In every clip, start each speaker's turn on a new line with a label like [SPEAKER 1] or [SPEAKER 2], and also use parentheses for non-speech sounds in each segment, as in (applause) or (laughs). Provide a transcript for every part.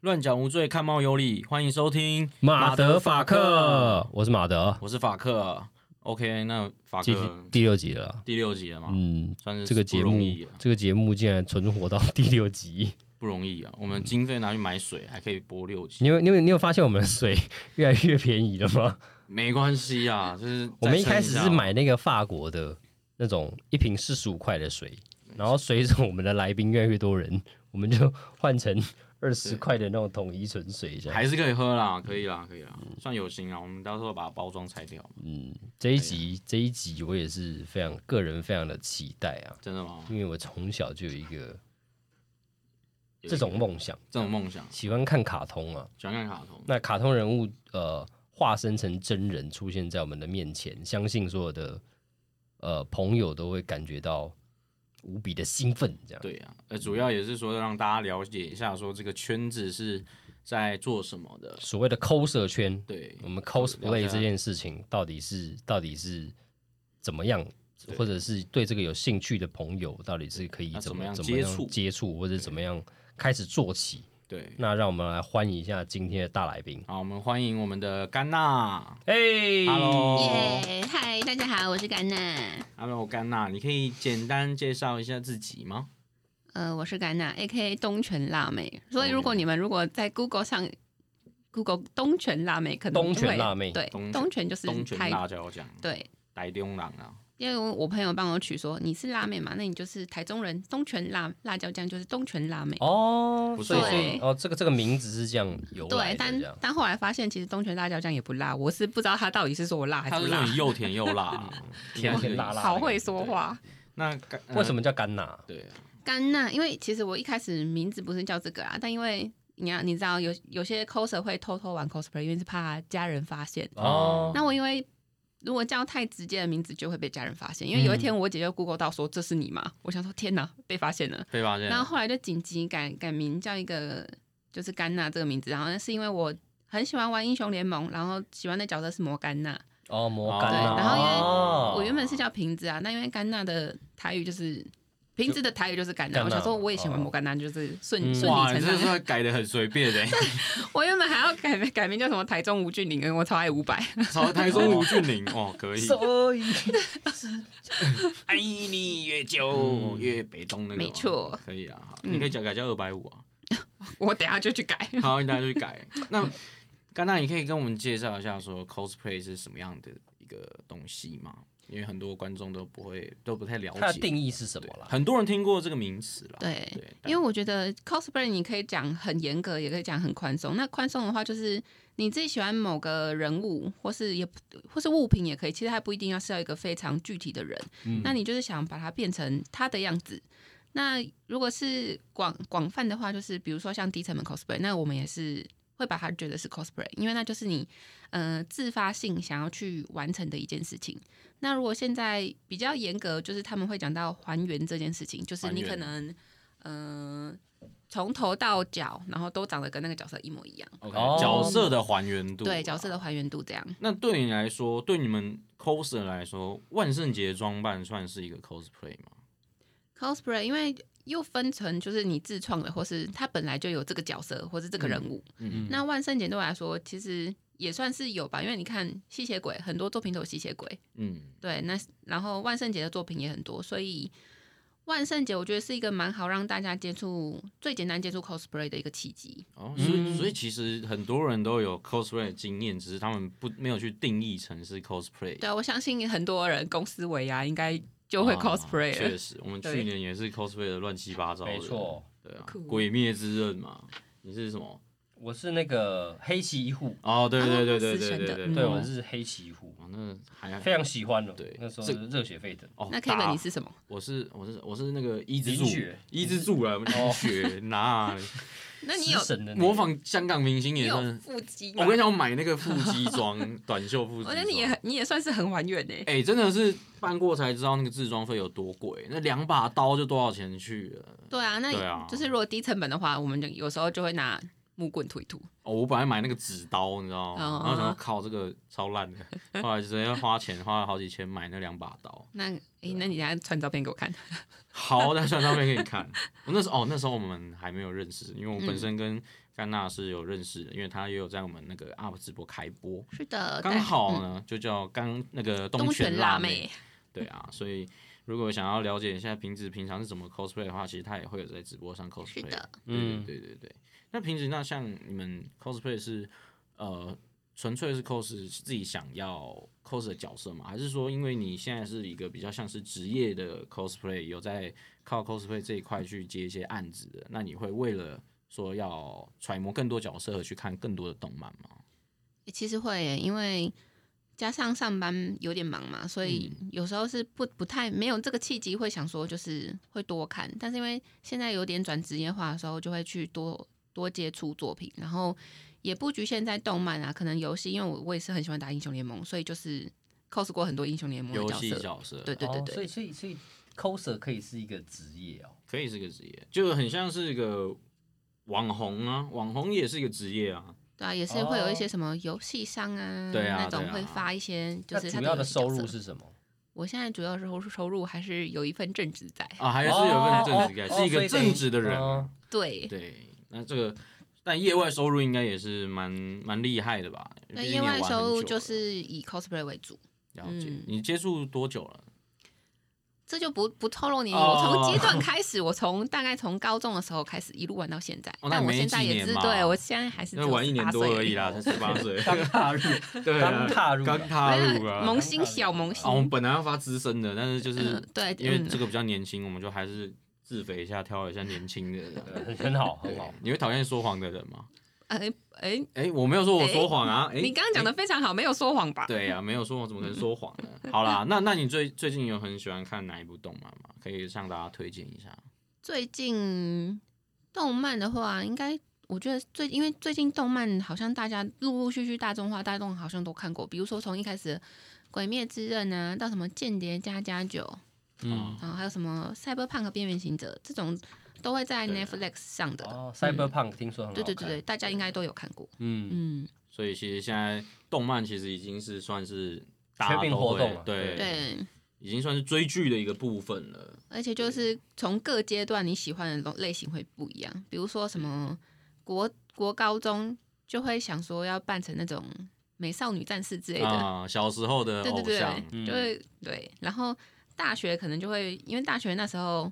[SPEAKER 1] 乱讲无罪，看猫有理。欢迎收听
[SPEAKER 2] 马德法克，，我是马德，
[SPEAKER 1] 我是法克。OK，那法
[SPEAKER 2] 第
[SPEAKER 1] 克
[SPEAKER 2] 第六集了。
[SPEAKER 1] 第六集了嘛，
[SPEAKER 2] 嗯，
[SPEAKER 1] 算是
[SPEAKER 2] 这个
[SPEAKER 1] 不
[SPEAKER 2] 节
[SPEAKER 1] 容
[SPEAKER 2] 目
[SPEAKER 1] 易啊，
[SPEAKER 2] 这个节目竟然存活到第六集，
[SPEAKER 1] 不容易啊。我们经费拿去买水，还可以播六集，
[SPEAKER 2] 你有你有你有发现我们的水越来越便宜了吗？
[SPEAKER 1] 没关系啊。就是
[SPEAKER 2] 我们一开始
[SPEAKER 1] 再撑下
[SPEAKER 2] 是买那个法国的那种一瓶四十五块的水，
[SPEAKER 1] 嗯
[SPEAKER 2] 然后随着我们的来宾越来越多人，我们就换成二十块的那种统一纯水这样。
[SPEAKER 1] 还是可以喝啦，可以啦，可以啦，算有心啊。我们到时候把包装拆掉嘛，
[SPEAKER 2] 嗯，这一
[SPEAKER 1] 哎
[SPEAKER 2] 集这一集我也是非常个人非常的期待啊，
[SPEAKER 1] 真的吗？
[SPEAKER 2] 因为我从小就有一个
[SPEAKER 1] 有一个
[SPEAKER 2] 这种梦想，
[SPEAKER 1] 这种梦想，
[SPEAKER 2] 喜欢看卡通啊。
[SPEAKER 1] 喜欢看卡通，
[SPEAKER 2] 那卡通人物呃化身成真人出现在我们的面前，相信所有的呃朋友都会感觉到无比的兴奋。这样，
[SPEAKER 1] 对呀、呃，主要也是说让大家了解一下，说这个圈子是在做什么的。
[SPEAKER 2] 所谓的 cos 圈，
[SPEAKER 1] 对，
[SPEAKER 2] 我们
[SPEAKER 1] 了解
[SPEAKER 2] cosplay 这件事情到底是到底是怎么样，或者是对这个有兴趣的朋友，到底是可以
[SPEAKER 1] 那
[SPEAKER 2] 怎
[SPEAKER 1] 怎么
[SPEAKER 2] 么
[SPEAKER 1] 样
[SPEAKER 2] 怎么
[SPEAKER 1] 接
[SPEAKER 2] 样
[SPEAKER 1] 触
[SPEAKER 2] 接触，或者怎么样开始做起？
[SPEAKER 1] 对。
[SPEAKER 2] 那让我们来欢迎一下今天的大来宾，
[SPEAKER 1] 好，我们欢迎我们的甘娜。
[SPEAKER 2] 哎
[SPEAKER 1] Hello 哦
[SPEAKER 3] 耶！嗨，大家好，我是甘娜。
[SPEAKER 1] Hello，甘娜，你可以简单介绍一下自己吗？
[SPEAKER 3] 呃，我是甘娜，A K A 东泉辣妹。所以如果你们如果在 Google 上 Google 东泉辣妹，可能
[SPEAKER 2] 东泉
[SPEAKER 3] 会
[SPEAKER 2] 辣妹
[SPEAKER 3] 对
[SPEAKER 1] 东泉，
[SPEAKER 3] 东泉就是
[SPEAKER 1] 东泉
[SPEAKER 3] 台
[SPEAKER 1] 辣椒酱，
[SPEAKER 3] 对，
[SPEAKER 1] 台中郎啊，
[SPEAKER 3] 因为我朋友帮我取说你是辣妹嘛，那你就是台中人，东泉辣辣椒酱就是东泉辣妹。
[SPEAKER 2] 哦
[SPEAKER 1] 不，
[SPEAKER 2] 所以
[SPEAKER 3] 错
[SPEAKER 2] 所以
[SPEAKER 3] 欸
[SPEAKER 2] 哦，这个这个名字是这样由来的，
[SPEAKER 3] 对，但
[SPEAKER 2] 这样
[SPEAKER 3] 但后来发现其实东泉辣椒酱也不辣，我是不知道他到底是说我辣还
[SPEAKER 1] 他
[SPEAKER 3] 不
[SPEAKER 1] 是
[SPEAKER 3] 辣
[SPEAKER 1] 说，你又甜又
[SPEAKER 3] (laughs)
[SPEAKER 1] 辣，
[SPEAKER 2] 甜甜
[SPEAKER 1] 嗯
[SPEAKER 2] 辣辣的
[SPEAKER 3] 好会说
[SPEAKER 1] 对
[SPEAKER 3] 话。
[SPEAKER 1] 那甘
[SPEAKER 2] 为什
[SPEAKER 1] 嗯么？
[SPEAKER 2] 么叫甘娜？
[SPEAKER 1] 对啊，
[SPEAKER 3] 甘娜，因为其实我一开始名字不是叫这个啊，但因为你要你知道有有些 coser 会偷偷玩 cosplay，因为是怕家人发现。
[SPEAKER 2] 哦，
[SPEAKER 3] 那我因为如果叫太直接的名字，就会被家人发现。因为有一天我姐就 Google 到说这是你吗？我想说天哪，被发现了。
[SPEAKER 1] 被发现
[SPEAKER 3] 然后后来就紧急改改名叫一个就是甘娜这个名字，然后那是因为我很喜欢玩英雄联盟，然后喜欢的角色是摩甘娜。
[SPEAKER 2] 哦，摩甘娜。
[SPEAKER 3] 对然后因为
[SPEAKER 2] 哦
[SPEAKER 3] 我原本是叫瓶子啊，那因为甘娜的台语就是瓶子的台语就是甘娜，
[SPEAKER 2] 甘
[SPEAKER 3] 我
[SPEAKER 2] 娜
[SPEAKER 3] 想说我也喜欢
[SPEAKER 2] 哦
[SPEAKER 3] 摩甘娜，就是顺
[SPEAKER 2] 嗯
[SPEAKER 3] 顺
[SPEAKER 1] 哇，
[SPEAKER 3] 理
[SPEAKER 1] 你这
[SPEAKER 3] 成章。
[SPEAKER 1] 是改的很随便欸 (laughs) 的，
[SPEAKER 3] 我原本还要改名改名叫什么台中吴俊霖，因为我超爱伍佰。
[SPEAKER 1] 朝台中吴俊 (laughs) 霖哦，可以，
[SPEAKER 2] 所以
[SPEAKER 1] (laughs) 爱你越久越北东那个嘛，
[SPEAKER 3] 没错
[SPEAKER 1] 嗯可以啊，好
[SPEAKER 3] 嗯
[SPEAKER 1] 你可以改改叫二百五啊，
[SPEAKER 3] 我等一下就
[SPEAKER 2] (laughs)
[SPEAKER 3] 去改。 (laughs)
[SPEAKER 1] 好，大家就去改。那甘娜，你可以跟我们介绍一下说 cosplay 是什么样的一个东西吗？因为很多观众都不会都不太了
[SPEAKER 2] 它的
[SPEAKER 1] 解，
[SPEAKER 2] 定义是什么
[SPEAKER 1] 对
[SPEAKER 2] 啦？
[SPEAKER 1] 很多人听过这个名词啦，
[SPEAKER 3] 对
[SPEAKER 1] 对，但
[SPEAKER 3] 因为我觉得 cosplay 你可以讲很严格，也可以讲很宽松。那宽松的话，就是你自己喜欢某个人物，或是也或是物品也可以，其实还不一定要是要一个非常具体的人。
[SPEAKER 2] 嗯
[SPEAKER 3] 那你就是想把它变成他的样子。那如果是广广泛的话，就是比如说像低成本 cosplay，那我们也是会把它觉得是 cosplay，因为那就是你呃自发性想要去完成的一件事情。那如果现在比较严格，就是他们会讲到还原这件事情，就是你
[SPEAKER 1] 还原
[SPEAKER 3] 可能嗯从头到脚，然后都长得跟那个角色一模一样，
[SPEAKER 1] OK，
[SPEAKER 2] 哦
[SPEAKER 1] 角色的还原度，
[SPEAKER 3] 对角色。的还原度这样。
[SPEAKER 1] 那对你来说，对你们 coser 来说，万圣节装扮算是一个 cosplay 吗？
[SPEAKER 3] cosplay，因为又分成就是你自创的，或是他本来就有这个角色，或是这个人物。
[SPEAKER 1] 嗯
[SPEAKER 3] 那万圣节对我来说，其实也算是有吧，因为你看吸血鬼很多作品都有吸血鬼，
[SPEAKER 1] 嗯，
[SPEAKER 3] 对，那然后万圣节的作品也很多，所以万圣节我觉得是一个蛮好让大家接触最简单接触 cosplay 的一个契机。
[SPEAKER 1] 哦，所以、
[SPEAKER 2] 嗯
[SPEAKER 1] 所以其实很多人都有 cosplay 的经验，只是他们不没有去定义成是 cosplay。
[SPEAKER 3] 对啊，我相信很多人公司尾牙应该就会
[SPEAKER 1] 啊
[SPEAKER 3] cosplay 了。
[SPEAKER 1] 确实，我们去
[SPEAKER 3] 对
[SPEAKER 1] 年也是 cosplay 的乱七八糟的，
[SPEAKER 2] 没错，
[SPEAKER 1] 对啊
[SPEAKER 3] 酷，
[SPEAKER 1] 鬼灭之刃嘛，你是什么？
[SPEAKER 2] 我是那个黑崎一护，
[SPEAKER 1] 哦，对对对
[SPEAKER 3] 啊
[SPEAKER 1] 对
[SPEAKER 3] 死
[SPEAKER 1] 对
[SPEAKER 3] 神
[SPEAKER 1] 对
[SPEAKER 3] 的
[SPEAKER 1] 对，
[SPEAKER 3] 嗯
[SPEAKER 2] 对，
[SPEAKER 1] 哦
[SPEAKER 2] 我是黑崎一护，
[SPEAKER 1] 哇，那还
[SPEAKER 2] 非常喜欢的。
[SPEAKER 1] 对
[SPEAKER 2] 那时候是热血沸腾。
[SPEAKER 1] 哦，
[SPEAKER 3] 那
[SPEAKER 1] 大
[SPEAKER 3] Kevin 你是什么？
[SPEAKER 1] 我是我是我是那个一之
[SPEAKER 2] 林
[SPEAKER 1] 助
[SPEAKER 2] 雪，
[SPEAKER 1] 一之助啊，林
[SPEAKER 2] 哦
[SPEAKER 1] 雪
[SPEAKER 2] (laughs)
[SPEAKER 1] 那
[SPEAKER 3] 那你有
[SPEAKER 2] 食神的那个
[SPEAKER 1] 模仿香港明星
[SPEAKER 3] 你
[SPEAKER 1] 也
[SPEAKER 3] 有
[SPEAKER 1] 算。
[SPEAKER 3] 腹肌吗？
[SPEAKER 1] 我跟你讲，我买那个腹肌装， (laughs) 短袖腹肌
[SPEAKER 3] 我
[SPEAKER 1] 装，
[SPEAKER 3] 觉得你也很你也算是很还原呢、
[SPEAKER 1] 哎、真的是办过才知道那个自装费有多贵，那两把刀就多少钱去了？
[SPEAKER 3] 对啊，那
[SPEAKER 1] 对啊
[SPEAKER 3] 就是如果低成本的话，我们就有时候就会拿木棍推图，
[SPEAKER 1] 哦，我本来买那个纸刀，你知道吗？
[SPEAKER 3] 哦
[SPEAKER 1] 然后想说靠这个超烂的，后来直接花钱花了好几千买那两把刀。
[SPEAKER 3] 那诶，那你等一下传照片给我看。
[SPEAKER 1] 好，再传照片给你看。我那时候哦，那时候我们还没有认识，因为我
[SPEAKER 3] 嗯
[SPEAKER 1] 本身跟甘娜是有认识的，因为她也有在我们那个 UP 直播开播，
[SPEAKER 3] 是的
[SPEAKER 1] 刚好呢、就叫刚那个
[SPEAKER 3] 哦嗯东
[SPEAKER 1] 泉
[SPEAKER 3] 泉辣
[SPEAKER 1] 妹
[SPEAKER 3] 妹。，
[SPEAKER 1] 对啊，所以如果想要了解一下瓶子平常是怎么 cosplay 的话，其实她也会有在直播上 cosplay。
[SPEAKER 3] 是的，
[SPEAKER 1] 对
[SPEAKER 2] 嗯
[SPEAKER 1] 对对对对。那平时那像你们 cosplay 是呃纯粹是 cos 自己想要 cos 的角色吗？还是说因为你现在是一个比较像是职业的 cosplay，有在靠 cosplay 这一块去接一些案子的？那你会为了说要揣摩更多角色而去看更多的动漫吗？
[SPEAKER 3] 诶其实会耶，因为加上上班有点忙嘛，所以
[SPEAKER 1] 嗯
[SPEAKER 3] 有时候是不不太没有这个契机，会想说就是会多看，但是因为现在有点转职业化的时候，就会去多多接触作品，然后也不局限在动漫啊，可能游戏，因为我我也是很喜欢打英雄联盟，所以就是 cos 过很多英雄联盟
[SPEAKER 1] 游
[SPEAKER 3] 的角
[SPEAKER 1] 戏
[SPEAKER 3] 色，
[SPEAKER 1] 角色，
[SPEAKER 3] 对对对
[SPEAKER 2] 哦所
[SPEAKER 3] 对，
[SPEAKER 2] 以所以所以 coser 可以是一个职业哦。
[SPEAKER 1] 可以是个职业，就很像是一个网红啊，网红也是一个职业啊。
[SPEAKER 3] 对啊，也是会有一些
[SPEAKER 2] 哦
[SPEAKER 3] 什么游戏商啊，
[SPEAKER 1] 对啊
[SPEAKER 3] 那种
[SPEAKER 1] 对啊
[SPEAKER 3] 会发一些就
[SPEAKER 2] 那
[SPEAKER 3] 是他
[SPEAKER 2] 主要的
[SPEAKER 3] 游戏角
[SPEAKER 2] 收
[SPEAKER 3] 色
[SPEAKER 2] 入是什么？
[SPEAKER 3] 我现在主要收入收入还是有一份正职在，
[SPEAKER 1] 啊，还是有份正职
[SPEAKER 2] 哦
[SPEAKER 1] 感，
[SPEAKER 2] 哦
[SPEAKER 1] 是一
[SPEAKER 2] 所
[SPEAKER 1] 个
[SPEAKER 2] 以等于
[SPEAKER 1] 正直的人。
[SPEAKER 2] 哦，
[SPEAKER 3] 对，
[SPEAKER 1] 对，那这个但业外收入应该也是蛮蛮厉害的吧？
[SPEAKER 3] 那
[SPEAKER 1] 毕
[SPEAKER 3] 业
[SPEAKER 1] 竟你也
[SPEAKER 3] 外
[SPEAKER 1] 玩很
[SPEAKER 3] 收入
[SPEAKER 1] 久
[SPEAKER 3] 就
[SPEAKER 1] 了
[SPEAKER 3] 是以 cosplay 为主，
[SPEAKER 1] 了解。
[SPEAKER 3] 嗯
[SPEAKER 1] 你接触多久了？
[SPEAKER 3] 这就不不透露年龄。
[SPEAKER 1] 哦
[SPEAKER 3] 我从阶
[SPEAKER 1] (laughs)
[SPEAKER 3] 段开始，我从大概从高中的时候开始一路玩到现在，
[SPEAKER 1] 哦那
[SPEAKER 3] 但
[SPEAKER 1] 你
[SPEAKER 3] 我
[SPEAKER 1] 没
[SPEAKER 3] 现在
[SPEAKER 1] 几
[SPEAKER 3] 也
[SPEAKER 1] 年
[SPEAKER 3] 是
[SPEAKER 1] 嘛
[SPEAKER 3] 对我现在还是只
[SPEAKER 1] 那
[SPEAKER 3] 有
[SPEAKER 1] 玩一年
[SPEAKER 3] 18
[SPEAKER 1] 多
[SPEAKER 3] 岁
[SPEAKER 1] 而已啦，才十八岁 (laughs)
[SPEAKER 2] 哦刚踏入，
[SPEAKER 1] 对啊，
[SPEAKER 2] 刚踏入
[SPEAKER 1] 刚
[SPEAKER 2] 啊
[SPEAKER 1] 踏
[SPEAKER 3] 没有
[SPEAKER 1] 入啊。
[SPEAKER 3] 萌新小萌新
[SPEAKER 1] 啊，我，们本来要发资深的，但是就是、
[SPEAKER 3] 嗯，对，
[SPEAKER 1] (laughs) 因为
[SPEAKER 3] 嗯
[SPEAKER 1] 这个比较年轻，我们就还是自肥一下，挑一下年轻的这样。
[SPEAKER 2] 很好，
[SPEAKER 1] (laughs)
[SPEAKER 2] 很
[SPEAKER 1] 对
[SPEAKER 2] 好。，
[SPEAKER 1] 你会讨厌说谎的人吗？
[SPEAKER 3] 哎哎，
[SPEAKER 1] 哎、我没有说我说谎啊！哎、
[SPEAKER 3] 你刚刚讲的非常好，没有说谎吧？
[SPEAKER 1] 对啊呀、没有说谎，怎么可能说谎
[SPEAKER 3] (laughs)
[SPEAKER 1] 呢？好啦，那那你最最近有很喜欢看哪一部动漫吗？可以向大家推荐一下。
[SPEAKER 3] 最近动漫的话，应该我觉得最因为最近动漫好像大家陆陆续续大众化，大众好像都看过，比如说从一开始《鬼灭之刃》啊，到什么《间谍加加九》，
[SPEAKER 1] 嗯
[SPEAKER 2] 嗯，
[SPEAKER 3] 然后还有什么《Cyberpunk 边缘行者》这种，都会在
[SPEAKER 1] 对啊
[SPEAKER 3] Netflix 上的。
[SPEAKER 2] 哦，Cyberpunk 听说很好看。
[SPEAKER 3] 对对对对，大家应该都有看过。
[SPEAKER 2] 嗯，
[SPEAKER 3] 嗯，
[SPEAKER 1] 所以其实现在动漫其实已经是算是大家
[SPEAKER 2] 全民
[SPEAKER 1] 都
[SPEAKER 2] 活
[SPEAKER 1] 会
[SPEAKER 2] 动了
[SPEAKER 1] 对，
[SPEAKER 3] 对，
[SPEAKER 1] 已经算是追剧的一个部分了。
[SPEAKER 3] 而且就是从各阶段你喜欢的类型会不一样，比如说什么国国高中就会想说要扮成那种美少女战士之类的，
[SPEAKER 1] 啊、小时候的
[SPEAKER 3] 对对
[SPEAKER 1] 偶
[SPEAKER 3] 对
[SPEAKER 1] 像，
[SPEAKER 2] 嗯
[SPEAKER 3] 就会对，然后大学可能就会，因为大学那时候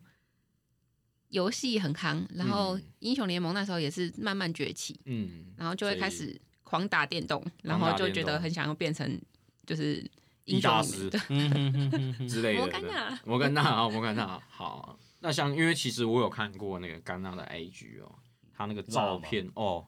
[SPEAKER 3] 游戏很夯，然后
[SPEAKER 1] 嗯
[SPEAKER 3] 英雄联盟那时候也是慢慢崛起，
[SPEAKER 1] 嗯，
[SPEAKER 3] 然后就会
[SPEAKER 1] 所以
[SPEAKER 3] 开始狂打电动，然后就觉得很想要变成就是英
[SPEAKER 1] 一大
[SPEAKER 3] 雄
[SPEAKER 1] 师
[SPEAKER 3] 对
[SPEAKER 2] 嗯哼哼哼
[SPEAKER 1] (laughs)
[SPEAKER 2] 哼
[SPEAKER 1] 之类的。
[SPEAKER 3] 摩甘娜
[SPEAKER 1] 对摩甘娜啊，摩甘娜，好。那像因为其实我有看过那个甘娜的 IG 哦，她那个照片哦，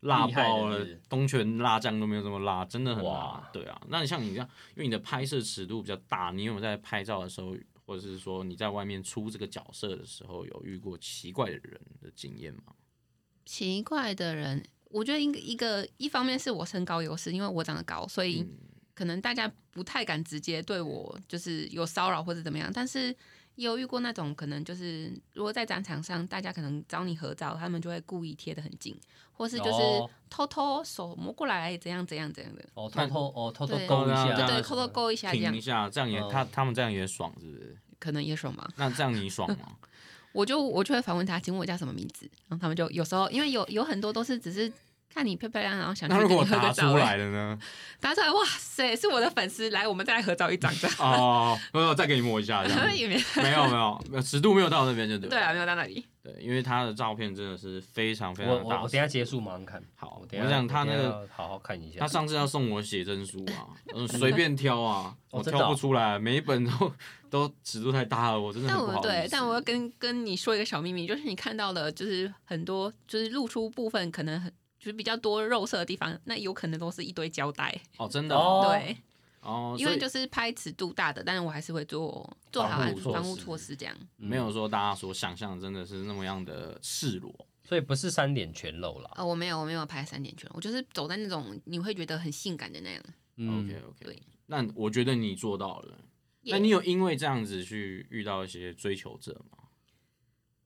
[SPEAKER 1] 辣
[SPEAKER 2] 厉害的
[SPEAKER 1] 爆
[SPEAKER 2] 是
[SPEAKER 1] 了
[SPEAKER 2] 不是，
[SPEAKER 1] 东泉辣酱都没有这么辣，真的很辣
[SPEAKER 2] 哇。
[SPEAKER 1] 对啊，那你像你这样，因为你的拍摄尺度比较大，你有没有在拍照的时候，或者是说你在外面出这个角色的时候，有遇过奇怪的人的经验吗？
[SPEAKER 3] (laughs) 奇怪的人。我觉得应一个一方面是我身高优势，因为我长得高，所以
[SPEAKER 1] 嗯
[SPEAKER 3] 可能大家不太敢直接对我就是有骚扰或者怎么样，但是也有遇过那种可能就是如果在展场上，大家可能找你合照，他们就会故意贴得很近，或是就是
[SPEAKER 2] 哦
[SPEAKER 3] 偷偷手摸过来怎样怎样怎样的，
[SPEAKER 2] 哦，偷偷哦，偷偷
[SPEAKER 3] 对
[SPEAKER 2] 勾一
[SPEAKER 1] 这
[SPEAKER 2] 下，
[SPEAKER 1] 样
[SPEAKER 3] 对，偷偷勾一下这
[SPEAKER 1] 停
[SPEAKER 3] 样
[SPEAKER 1] 一，下，这样也、
[SPEAKER 2] 嗯
[SPEAKER 1] 他他们这样也爽，是不是？
[SPEAKER 3] 可能也爽吧。
[SPEAKER 1] 那这样你爽吗？
[SPEAKER 3] 我就我就会反问他，请问我叫什么名字？然后他们就有时候因为有有很多都是只是看你漂漂亮，亮，然后想去
[SPEAKER 1] 那
[SPEAKER 3] 跟
[SPEAKER 1] 如
[SPEAKER 3] 你
[SPEAKER 1] 果
[SPEAKER 3] 合
[SPEAKER 1] 我
[SPEAKER 3] 个
[SPEAKER 1] 答
[SPEAKER 3] 照
[SPEAKER 1] 出
[SPEAKER 3] 而已，
[SPEAKER 1] 来了呢？。
[SPEAKER 3] 答出来，哇塞，是我的粉丝，来，我们再来合照一张这
[SPEAKER 1] (laughs)
[SPEAKER 3] 样
[SPEAKER 1] 哦，没有，再给你摸一下，这
[SPEAKER 3] (laughs)
[SPEAKER 1] 样
[SPEAKER 3] 也没
[SPEAKER 1] 没有没有，没有尺度没有到那边就对。
[SPEAKER 3] 对啊，没有到那里。
[SPEAKER 1] 对，因为他的照片真的是非常非
[SPEAKER 2] 我
[SPEAKER 1] 常
[SPEAKER 2] 我
[SPEAKER 1] 大。
[SPEAKER 2] 我等一下结束马上看。
[SPEAKER 1] 好，我
[SPEAKER 2] 等一下
[SPEAKER 1] 想他
[SPEAKER 2] 我
[SPEAKER 1] 那
[SPEAKER 2] 等一下
[SPEAKER 1] 个
[SPEAKER 2] 要好好看一下。
[SPEAKER 1] 他上次要送我写真书
[SPEAKER 2] (laughs)
[SPEAKER 1] 啊，嗯，随便挑啊，
[SPEAKER 2] 哦
[SPEAKER 1] 我
[SPEAKER 2] 真的哦
[SPEAKER 1] 挑不出来，每一本都 (laughs) 都尺度太大了，我真的
[SPEAKER 3] 但
[SPEAKER 1] 很不
[SPEAKER 3] 我
[SPEAKER 1] 好意思。
[SPEAKER 3] 对，但我要跟跟你说一个小秘密，就是你看到的，就是很多就是露出部分可能很就是比较多肉色的地方，那有可能都是一堆胶带。
[SPEAKER 1] 哦，真的哦，
[SPEAKER 2] 哦
[SPEAKER 3] 对，
[SPEAKER 1] 哦
[SPEAKER 3] 因为
[SPEAKER 1] 所以
[SPEAKER 3] 就是拍尺度大的，但是我还是会做做好
[SPEAKER 2] 防护
[SPEAKER 3] 安
[SPEAKER 2] 措施
[SPEAKER 3] 防护措施这样。
[SPEAKER 2] 嗯
[SPEAKER 1] 没有，说大家所想象的真的是那么样的赤裸。
[SPEAKER 2] 所以不是三点全露啦。
[SPEAKER 3] 呃，我没有，我没有拍三点圈，我就是走在那种你会觉得很性感的那样。
[SPEAKER 1] OK
[SPEAKER 2] 嗯，
[SPEAKER 1] OK，
[SPEAKER 3] 对
[SPEAKER 1] 那我觉得你做到了。那你有因为这样子去遇到一
[SPEAKER 3] (laughs)
[SPEAKER 1] 些追求者吗？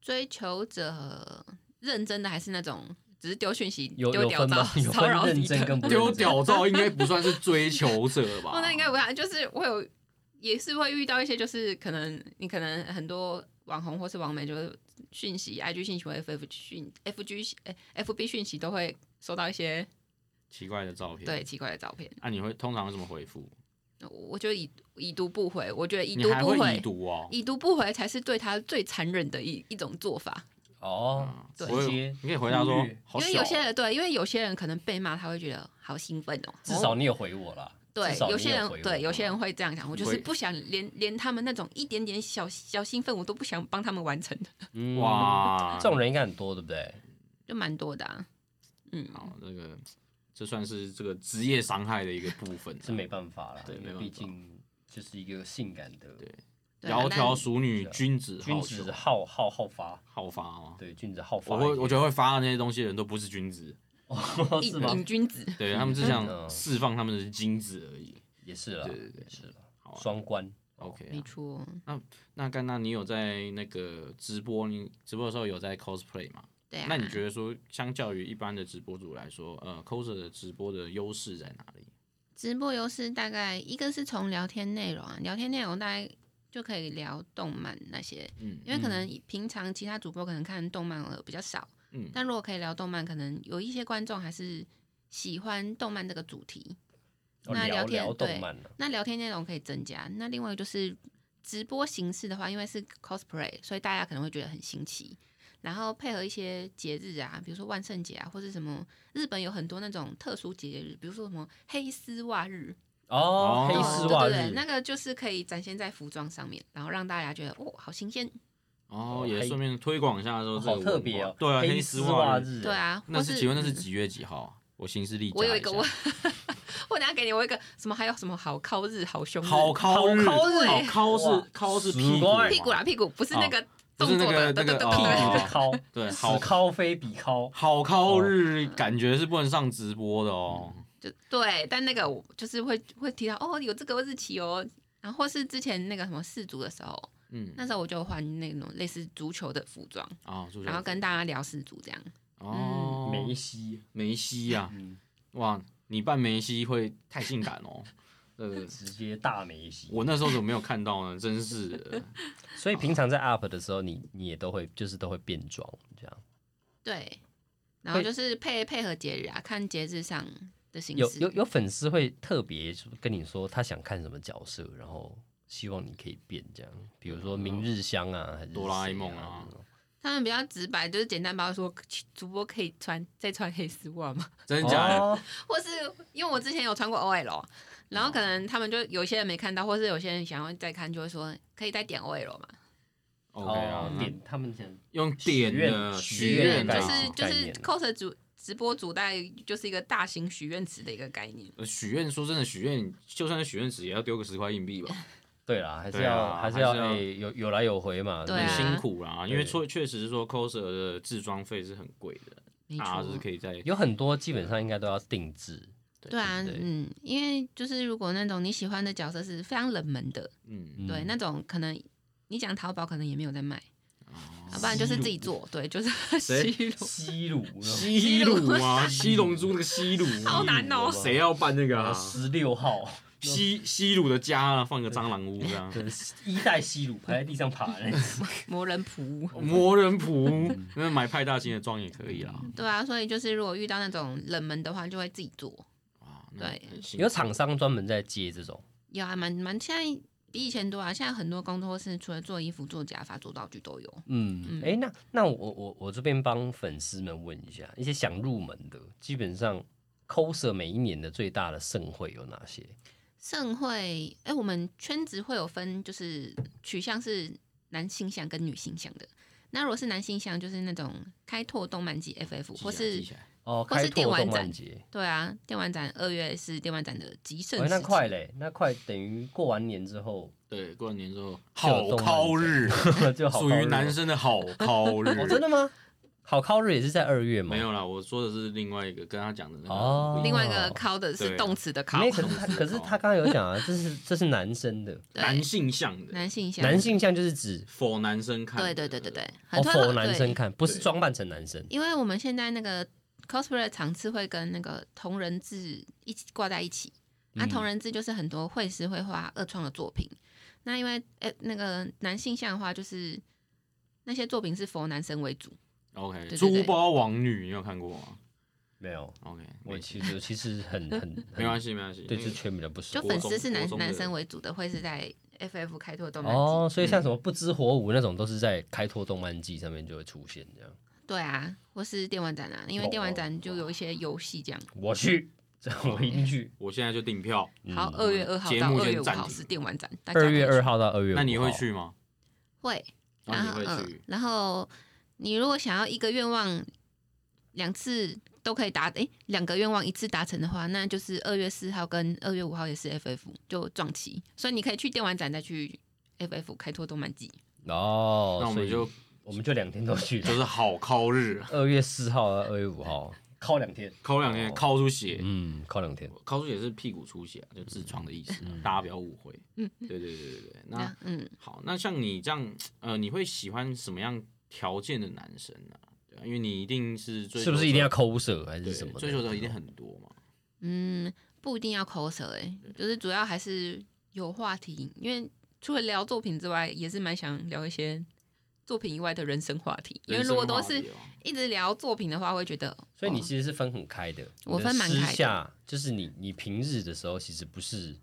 [SPEAKER 3] 追求者认真的还是那种只是丢讯息、
[SPEAKER 2] 有
[SPEAKER 3] 丢
[SPEAKER 2] 有
[SPEAKER 3] 屌
[SPEAKER 2] 分
[SPEAKER 3] 照
[SPEAKER 2] 吗？ (laughs) 有、
[SPEAKER 3] 骚
[SPEAKER 2] 分
[SPEAKER 3] 扰
[SPEAKER 2] 认
[SPEAKER 3] 你
[SPEAKER 2] 真跟
[SPEAKER 3] 的。
[SPEAKER 2] 不
[SPEAKER 1] 丢
[SPEAKER 2] 认真？
[SPEAKER 1] 屌照应该不算是追求者吧？
[SPEAKER 3] (laughs) 哦，那应该不看，就是我有也是会遇到一些，就是可能你可能很多网红或是网媒，就是讯息、IG 讯息或 FF 讯、FG、哎 FB 讯息都会收到一些
[SPEAKER 1] 奇怪的照片。
[SPEAKER 3] 对，奇怪的照片。
[SPEAKER 1] 那、你会通常会怎么回复？
[SPEAKER 3] 我我就已已读不回，我觉得已
[SPEAKER 1] 你
[SPEAKER 3] 读
[SPEAKER 1] 还
[SPEAKER 3] 不
[SPEAKER 1] 会
[SPEAKER 3] 回
[SPEAKER 1] 已，读哦？
[SPEAKER 3] 已读不回才是对他最残忍的一一种做法。
[SPEAKER 2] 哦
[SPEAKER 1] 啊，
[SPEAKER 3] 对
[SPEAKER 1] 我有
[SPEAKER 2] 直接
[SPEAKER 1] 你可以回答说
[SPEAKER 2] 忽略，
[SPEAKER 1] 好
[SPEAKER 3] 因为
[SPEAKER 1] 小
[SPEAKER 3] 有
[SPEAKER 1] 哦
[SPEAKER 3] 些人对，因为有些人可能被骂，他会觉得好兴奋哦。
[SPEAKER 2] 至少
[SPEAKER 3] 哦
[SPEAKER 2] 你有回我啦。
[SPEAKER 3] 对
[SPEAKER 2] 至少，你
[SPEAKER 3] 有些人
[SPEAKER 2] 回我
[SPEAKER 3] 对有些人会这样想，我就是
[SPEAKER 1] 会
[SPEAKER 3] 不想连连他们那种一点点小小兴奋，我都不想帮他们完成的，
[SPEAKER 2] 嗯
[SPEAKER 1] 哦哇，
[SPEAKER 2] (laughs) 这种人应该很多，对不对？
[SPEAKER 3] 就蛮多的、啊。嗯，
[SPEAKER 1] 好，这个这算是这个职业伤害的一个部分，啊
[SPEAKER 2] 是没办法啦，
[SPEAKER 1] 对
[SPEAKER 2] 因为
[SPEAKER 1] 没办法
[SPEAKER 2] 毕竟就是一个性感的
[SPEAKER 3] 对啊
[SPEAKER 1] 窈窕
[SPEAKER 3] 但
[SPEAKER 1] 淑女，君子
[SPEAKER 2] 君
[SPEAKER 1] 好
[SPEAKER 2] 子
[SPEAKER 1] 逑，
[SPEAKER 2] 好好好发，
[SPEAKER 1] 好发哦。
[SPEAKER 2] 对，君子好发
[SPEAKER 1] 我
[SPEAKER 2] 一点。
[SPEAKER 1] 会，我觉得会发那些东西的人都不是君子，
[SPEAKER 2] 得 (laughs)
[SPEAKER 3] 瘾
[SPEAKER 2] 是吗？
[SPEAKER 3] 瘾君子，
[SPEAKER 1] 对他们只想
[SPEAKER 2] 嗯
[SPEAKER 1] 释放他们的精子而已。
[SPEAKER 2] 也是啊啦，
[SPEAKER 1] 对对对
[SPEAKER 2] 也是啦，
[SPEAKER 1] 好啊
[SPEAKER 2] 双关。
[SPEAKER 1] ，OK
[SPEAKER 3] 没
[SPEAKER 1] 啊。
[SPEAKER 3] 错。
[SPEAKER 1] 那甘娜，你有在那个直播，你直播的时候有在 cosplay 吗？
[SPEAKER 3] 对啊，
[SPEAKER 1] 那你觉得说，相较于一般的直播主来说，呃，coser 的直播的优势在哪里？
[SPEAKER 3] 直播优势大概一个是从聊天内容啊，聊天内容大概就可以聊动漫那些，
[SPEAKER 1] 嗯，
[SPEAKER 3] 因为可能平常其他主播可能看动漫的比较少，
[SPEAKER 1] 嗯
[SPEAKER 3] 但如果可以聊动漫，可能有一些观众还是喜欢动漫这个主题，
[SPEAKER 2] 哦
[SPEAKER 3] 那
[SPEAKER 2] 聊
[SPEAKER 3] 聊天
[SPEAKER 2] 聊动
[SPEAKER 3] 对
[SPEAKER 2] 漫了，
[SPEAKER 3] 那聊天内容可以增加。那另外就是直播形式的话，因为是 cosplay，所以大家可能会觉得很新奇。然后配合一些节日啊，比如说万圣节啊，或是什么日本有很多那种特殊节日，比如说什么黑丝袜日，
[SPEAKER 2] 哦，
[SPEAKER 1] 哦
[SPEAKER 2] 黑丝袜
[SPEAKER 3] 对对
[SPEAKER 2] 日
[SPEAKER 3] 对，，那个就是可以展现在服装上面，然后让大家觉得哦，好新鲜，
[SPEAKER 1] 哦，
[SPEAKER 2] 哦
[SPEAKER 1] 也
[SPEAKER 2] 黑
[SPEAKER 1] 顺便推广一下说这个
[SPEAKER 2] 好
[SPEAKER 1] 文
[SPEAKER 2] 特别
[SPEAKER 1] 化
[SPEAKER 2] 哦。
[SPEAKER 1] 对啊，黑丝
[SPEAKER 2] 丝
[SPEAKER 1] 袜日。
[SPEAKER 2] 日，
[SPEAKER 3] 对，啊。
[SPEAKER 1] 那
[SPEAKER 3] 或
[SPEAKER 1] 是请问那
[SPEAKER 3] (laughs)
[SPEAKER 1] 是
[SPEAKER 3] 嗯
[SPEAKER 1] 几月几号啊？我行事历
[SPEAKER 3] 我
[SPEAKER 1] 加
[SPEAKER 3] 有一个
[SPEAKER 1] 下
[SPEAKER 3] 我，我等下给你，我有一个什么还有什么好靠日好凶日
[SPEAKER 1] 好靠日，
[SPEAKER 2] 好靠日
[SPEAKER 1] 好靠
[SPEAKER 2] 哇
[SPEAKER 1] 是靠是屁
[SPEAKER 2] 十
[SPEAKER 1] 股啊
[SPEAKER 2] 块
[SPEAKER 1] 嘛
[SPEAKER 3] 屁股啦啊屁股，不是那个
[SPEAKER 1] 哦不是
[SPEAKER 3] 动
[SPEAKER 1] 那
[SPEAKER 3] 作
[SPEAKER 1] 个那
[SPEAKER 3] 的，对
[SPEAKER 1] 个
[SPEAKER 3] (laughs) 对对
[SPEAKER 2] 屁
[SPEAKER 3] 对
[SPEAKER 1] 哦
[SPEAKER 3] 对。
[SPEAKER 2] 股敲，
[SPEAKER 1] 对， (laughs) 好哦
[SPEAKER 2] 好敲非比敲，
[SPEAKER 1] 好靠日，感觉是不能上直播的哦。
[SPEAKER 3] 就对，但那个我就是会会提到哦，有这个日期哦，然后或是之前那个什么世足的时候，
[SPEAKER 1] 嗯，
[SPEAKER 3] 那时候我就换那种类似足球的服装，
[SPEAKER 1] 啊，助教
[SPEAKER 3] 然后跟大家聊世足这样。
[SPEAKER 1] 哦
[SPEAKER 2] 嗯梅西，
[SPEAKER 1] 梅西呀，
[SPEAKER 2] 嗯，
[SPEAKER 1] 哇，你扮梅西会太性感
[SPEAKER 3] (laughs)
[SPEAKER 1] 哦。对对，对
[SPEAKER 2] 直接大梅西。
[SPEAKER 1] 我那时候怎么没有看到呢？真是的，
[SPEAKER 2] 所以平常在 UP 的时候，你你也都会就是都会变装这样，
[SPEAKER 3] 对，然后
[SPEAKER 2] 会
[SPEAKER 3] 就是配配合节日啊，看节日上的形
[SPEAKER 2] 有
[SPEAKER 3] 式。
[SPEAKER 2] 有有粉丝会特别跟你说他想看什么角色，然后希望你可以变这样，比如说明日香啊，还是
[SPEAKER 1] 嗯哆啦 A 梦啊
[SPEAKER 2] 啊，这种
[SPEAKER 3] 他们比较直白，就是简单把我说主播可以穿再穿黑丝袜吗？ (laughs)
[SPEAKER 1] 真的假的？
[SPEAKER 2] 哦
[SPEAKER 3] 或是因为我之前有穿过 OL，然后可能他们就有些人没看到，或是有些人想要再看，就会说可以再点 OL 嘛，
[SPEAKER 1] ？OK 啊
[SPEAKER 2] 哦，点他们想
[SPEAKER 1] 用点的
[SPEAKER 2] 许
[SPEAKER 1] 许
[SPEAKER 2] 愿
[SPEAKER 1] 愿啊的
[SPEAKER 2] 的概
[SPEAKER 3] 就是
[SPEAKER 2] 念
[SPEAKER 3] 就
[SPEAKER 2] 概
[SPEAKER 3] 是
[SPEAKER 2] 念
[SPEAKER 3] cos 主直播主大概就是一个大型许愿池的一个概念。
[SPEAKER 1] 呃许愿，说真的，许愿就算是许愿池，也要丢个十块硬币吧。
[SPEAKER 2] 对啦，还是
[SPEAKER 1] 对
[SPEAKER 2] 要、
[SPEAKER 1] 啊
[SPEAKER 2] 还是要
[SPEAKER 1] 还是要
[SPEAKER 2] 哎、有有来有回嘛，
[SPEAKER 3] 对啊
[SPEAKER 1] 很
[SPEAKER 2] 不
[SPEAKER 1] 辛苦啦，因为
[SPEAKER 2] 对
[SPEAKER 1] 确确实是说 coser 的制装费是很贵的，
[SPEAKER 3] 没
[SPEAKER 1] 大家
[SPEAKER 3] 错
[SPEAKER 1] 啊是，可以在
[SPEAKER 2] 有很多基本上应该都要定制，
[SPEAKER 3] 对啊，
[SPEAKER 2] 对
[SPEAKER 3] 嗯，因为就是如果那种你喜欢的角色是非常冷门的，
[SPEAKER 1] 嗯，
[SPEAKER 3] 对，
[SPEAKER 2] 嗯
[SPEAKER 3] 那种可能你讲淘宝可能也没有在卖，要
[SPEAKER 1] 哦
[SPEAKER 3] 啊不然就是自己做，对，就是
[SPEAKER 1] (laughs) 谁
[SPEAKER 3] 西路，
[SPEAKER 2] (laughs) 吸
[SPEAKER 1] 西
[SPEAKER 2] 乳
[SPEAKER 1] 鲁啊，西龙珠那个西鲁，
[SPEAKER 3] 好难
[SPEAKER 1] (laughs)
[SPEAKER 3] 哦
[SPEAKER 1] 谁要办那个啊？
[SPEAKER 2] 呃十六号，
[SPEAKER 1] 西西鲁的家啊，放个蟑螂屋这样，
[SPEAKER 2] 对一代吸乳排在地上爬的那种，
[SPEAKER 3] 魔人仆。
[SPEAKER 1] 魔人仆，那买派大星的妆也可以啦。
[SPEAKER 3] 对啊，所以就是如果遇到那种冷门的话，就会自己做。
[SPEAKER 1] 哇，那
[SPEAKER 3] 对
[SPEAKER 1] 很辛苦
[SPEAKER 2] 有厂商专门在接这种，
[SPEAKER 3] 有啊，蛮蛮现在比以前多啊。现在很多工作室除了做衣服、做假发、做道具都有。
[SPEAKER 2] 嗯，
[SPEAKER 3] 嗯
[SPEAKER 2] 哎、那那我我我这边帮粉丝们问一下，一些想入门的，基本上 coser 每一年的最大的盛会有哪些？
[SPEAKER 3] 盛会，哎、我们圈子会有分，就是取向是男性向跟女性向的。那如果是男性向，就是那种开拓动漫季 FF，
[SPEAKER 1] 记起来
[SPEAKER 3] 或是
[SPEAKER 1] 记起来
[SPEAKER 2] 哦，
[SPEAKER 3] 或是
[SPEAKER 2] 开拓
[SPEAKER 3] 电玩
[SPEAKER 2] 动漫
[SPEAKER 3] 展
[SPEAKER 2] 节，
[SPEAKER 3] 对啊，电玩展二月是电玩展的极盛
[SPEAKER 2] 哎、
[SPEAKER 3] 时期、
[SPEAKER 2] 那快嘞，那快等于过完年
[SPEAKER 1] (laughs)
[SPEAKER 2] 之后
[SPEAKER 1] 对，过完年之后
[SPEAKER 2] 就有
[SPEAKER 1] 好
[SPEAKER 2] 动漫
[SPEAKER 1] 靠
[SPEAKER 2] (laughs)
[SPEAKER 1] 日，
[SPEAKER 2] 就好
[SPEAKER 1] 属于
[SPEAKER 2] 生。
[SPEAKER 1] 男生的
[SPEAKER 3] (laughs)
[SPEAKER 1] 好靠日，
[SPEAKER 2] 哦，真的吗？好靠日也是在二月吗？
[SPEAKER 1] 没，有啦，我说的是另外一个跟他讲的那个
[SPEAKER 2] 哦
[SPEAKER 3] 另外一个靠的
[SPEAKER 1] 对
[SPEAKER 3] 是动词的靠
[SPEAKER 2] 没，有。可是他，
[SPEAKER 1] 哦
[SPEAKER 2] 可是他刚刚有讲啊，这是这是男生的，
[SPEAKER 3] 对
[SPEAKER 1] 男性向的，
[SPEAKER 3] 男性向，
[SPEAKER 2] 男，性向就是指
[SPEAKER 1] 否男生看，
[SPEAKER 3] 对对对对，对，
[SPEAKER 2] 哦
[SPEAKER 3] 很多人
[SPEAKER 2] 否男生
[SPEAKER 3] 对
[SPEAKER 2] 看，不是
[SPEAKER 1] 对
[SPEAKER 2] 装扮成男生
[SPEAKER 3] 因为我们现在那个 cosplay 的场次会跟那个同人志一起挂在一起。那、
[SPEAKER 1] 嗯
[SPEAKER 3] 同人志就是很多绘师会画二创的作品。那因为呃那个男性向的话，就是那些作品是佛男生为主。
[SPEAKER 1] OK，
[SPEAKER 3] 对对
[SPEAKER 1] 珠
[SPEAKER 3] 对
[SPEAKER 1] 包王女你有看过吗
[SPEAKER 2] 没有，
[SPEAKER 1] ？OK，
[SPEAKER 2] 我
[SPEAKER 1] 没
[SPEAKER 2] 其实其实
[SPEAKER 3] (laughs)
[SPEAKER 2] 很很
[SPEAKER 1] 没关
[SPEAKER 2] 系，
[SPEAKER 1] 系没关系，
[SPEAKER 2] 对
[SPEAKER 1] 那
[SPEAKER 2] 这
[SPEAKER 1] 个
[SPEAKER 2] 圈比较不熟
[SPEAKER 3] 就。粉丝是男
[SPEAKER 1] 国中的
[SPEAKER 3] 男生为主的，会是在 FF 开拓动漫季。
[SPEAKER 2] 哦，所以像什么不知火舞那种，都是在开拓动漫季上面就会出现这样。
[SPEAKER 3] 对啊，或是电玩展啊，因为
[SPEAKER 1] 哦
[SPEAKER 3] 电玩展就有一些游戏这样。
[SPEAKER 2] 我去，这样我一定去。
[SPEAKER 1] 我现在就订票，
[SPEAKER 3] 好，二月二
[SPEAKER 1] 嗯
[SPEAKER 3] 号
[SPEAKER 1] 节
[SPEAKER 3] 到
[SPEAKER 1] 目
[SPEAKER 3] 二
[SPEAKER 1] 先
[SPEAKER 3] 月五
[SPEAKER 1] 暂
[SPEAKER 3] 号
[SPEAKER 1] 停
[SPEAKER 3] 是电玩展，大家
[SPEAKER 2] 二
[SPEAKER 3] 可以
[SPEAKER 2] 月
[SPEAKER 3] 去
[SPEAKER 2] 二号到二月五号，
[SPEAKER 1] 那你会去吗？
[SPEAKER 3] 会，
[SPEAKER 1] 然
[SPEAKER 3] 然
[SPEAKER 1] 后
[SPEAKER 3] 后
[SPEAKER 1] 你会
[SPEAKER 3] 嗯
[SPEAKER 1] 去，
[SPEAKER 3] 然后你如果想要一个愿望两次都可以达，诶，两个愿望一次达成的话，那就是二月四号跟二月五号也是 FF 就撞期，所以你可以去电玩展再去 FF 开拓动漫季。
[SPEAKER 2] 哦，
[SPEAKER 1] 那我
[SPEAKER 2] 所
[SPEAKER 1] 们
[SPEAKER 2] 以 (laughs)
[SPEAKER 1] 就
[SPEAKER 2] 我们就两天都去了
[SPEAKER 1] 就，是好靠日，
[SPEAKER 2] 二月四号到二月五号，靠两天。
[SPEAKER 1] 靠两天，靠出血，
[SPEAKER 2] 哦嗯，靠两天。
[SPEAKER 1] 靠出血是屁股出血啊，就痔疮的意思
[SPEAKER 2] 嗯
[SPEAKER 1] 啊，大家不要误会。对对对对对，那
[SPEAKER 3] 那嗯，
[SPEAKER 1] 好，那像你这样，呃，你会喜欢什么样条件的男生呢、对啊因为你一定是追求
[SPEAKER 2] 是不是一定要抠舍还
[SPEAKER 1] 对
[SPEAKER 2] 是什么的？
[SPEAKER 1] 追求者一定很多嘛？
[SPEAKER 3] 嗯，不一定要口舌哎、就是主要还是有话题，因为除了聊作品之外，也是蛮想聊一些作品以外的人生话题。因为如果都
[SPEAKER 1] 人
[SPEAKER 3] 是
[SPEAKER 1] 生话题哦
[SPEAKER 3] 一直聊作品的话，会觉得
[SPEAKER 2] 所以你
[SPEAKER 3] 哦
[SPEAKER 2] 其实是分很开的。
[SPEAKER 3] 我分蛮
[SPEAKER 2] 你的
[SPEAKER 3] 开
[SPEAKER 2] 私
[SPEAKER 3] 的
[SPEAKER 2] 下就是你，你平日的时候其实不是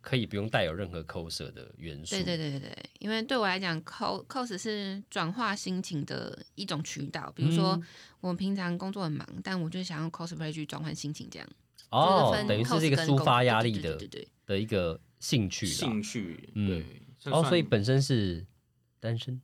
[SPEAKER 2] 可以不用带有任何抠舍的元素。
[SPEAKER 3] 对对对对对，因为对我来讲，cos cos 是转化心情的一种渠道。比如
[SPEAKER 2] 嗯
[SPEAKER 3] 说，我平常工作很忙，但我就想用 cosplay 去转换心情，这样
[SPEAKER 2] 哦
[SPEAKER 3] 就，是分
[SPEAKER 2] 等于是
[SPEAKER 3] cos
[SPEAKER 2] 这个
[SPEAKER 3] 跟
[SPEAKER 2] 抒
[SPEAKER 3] 工
[SPEAKER 2] 发
[SPEAKER 3] 对
[SPEAKER 2] 压
[SPEAKER 3] 对
[SPEAKER 2] 力
[SPEAKER 3] 对
[SPEAKER 2] 的
[SPEAKER 3] 对对对
[SPEAKER 2] 的一个兴趣
[SPEAKER 1] 哦
[SPEAKER 2] 啦
[SPEAKER 1] 兴。趣，
[SPEAKER 2] 嗯
[SPEAKER 1] 对，这
[SPEAKER 2] 哦，
[SPEAKER 1] 算
[SPEAKER 2] 所以本身是单身。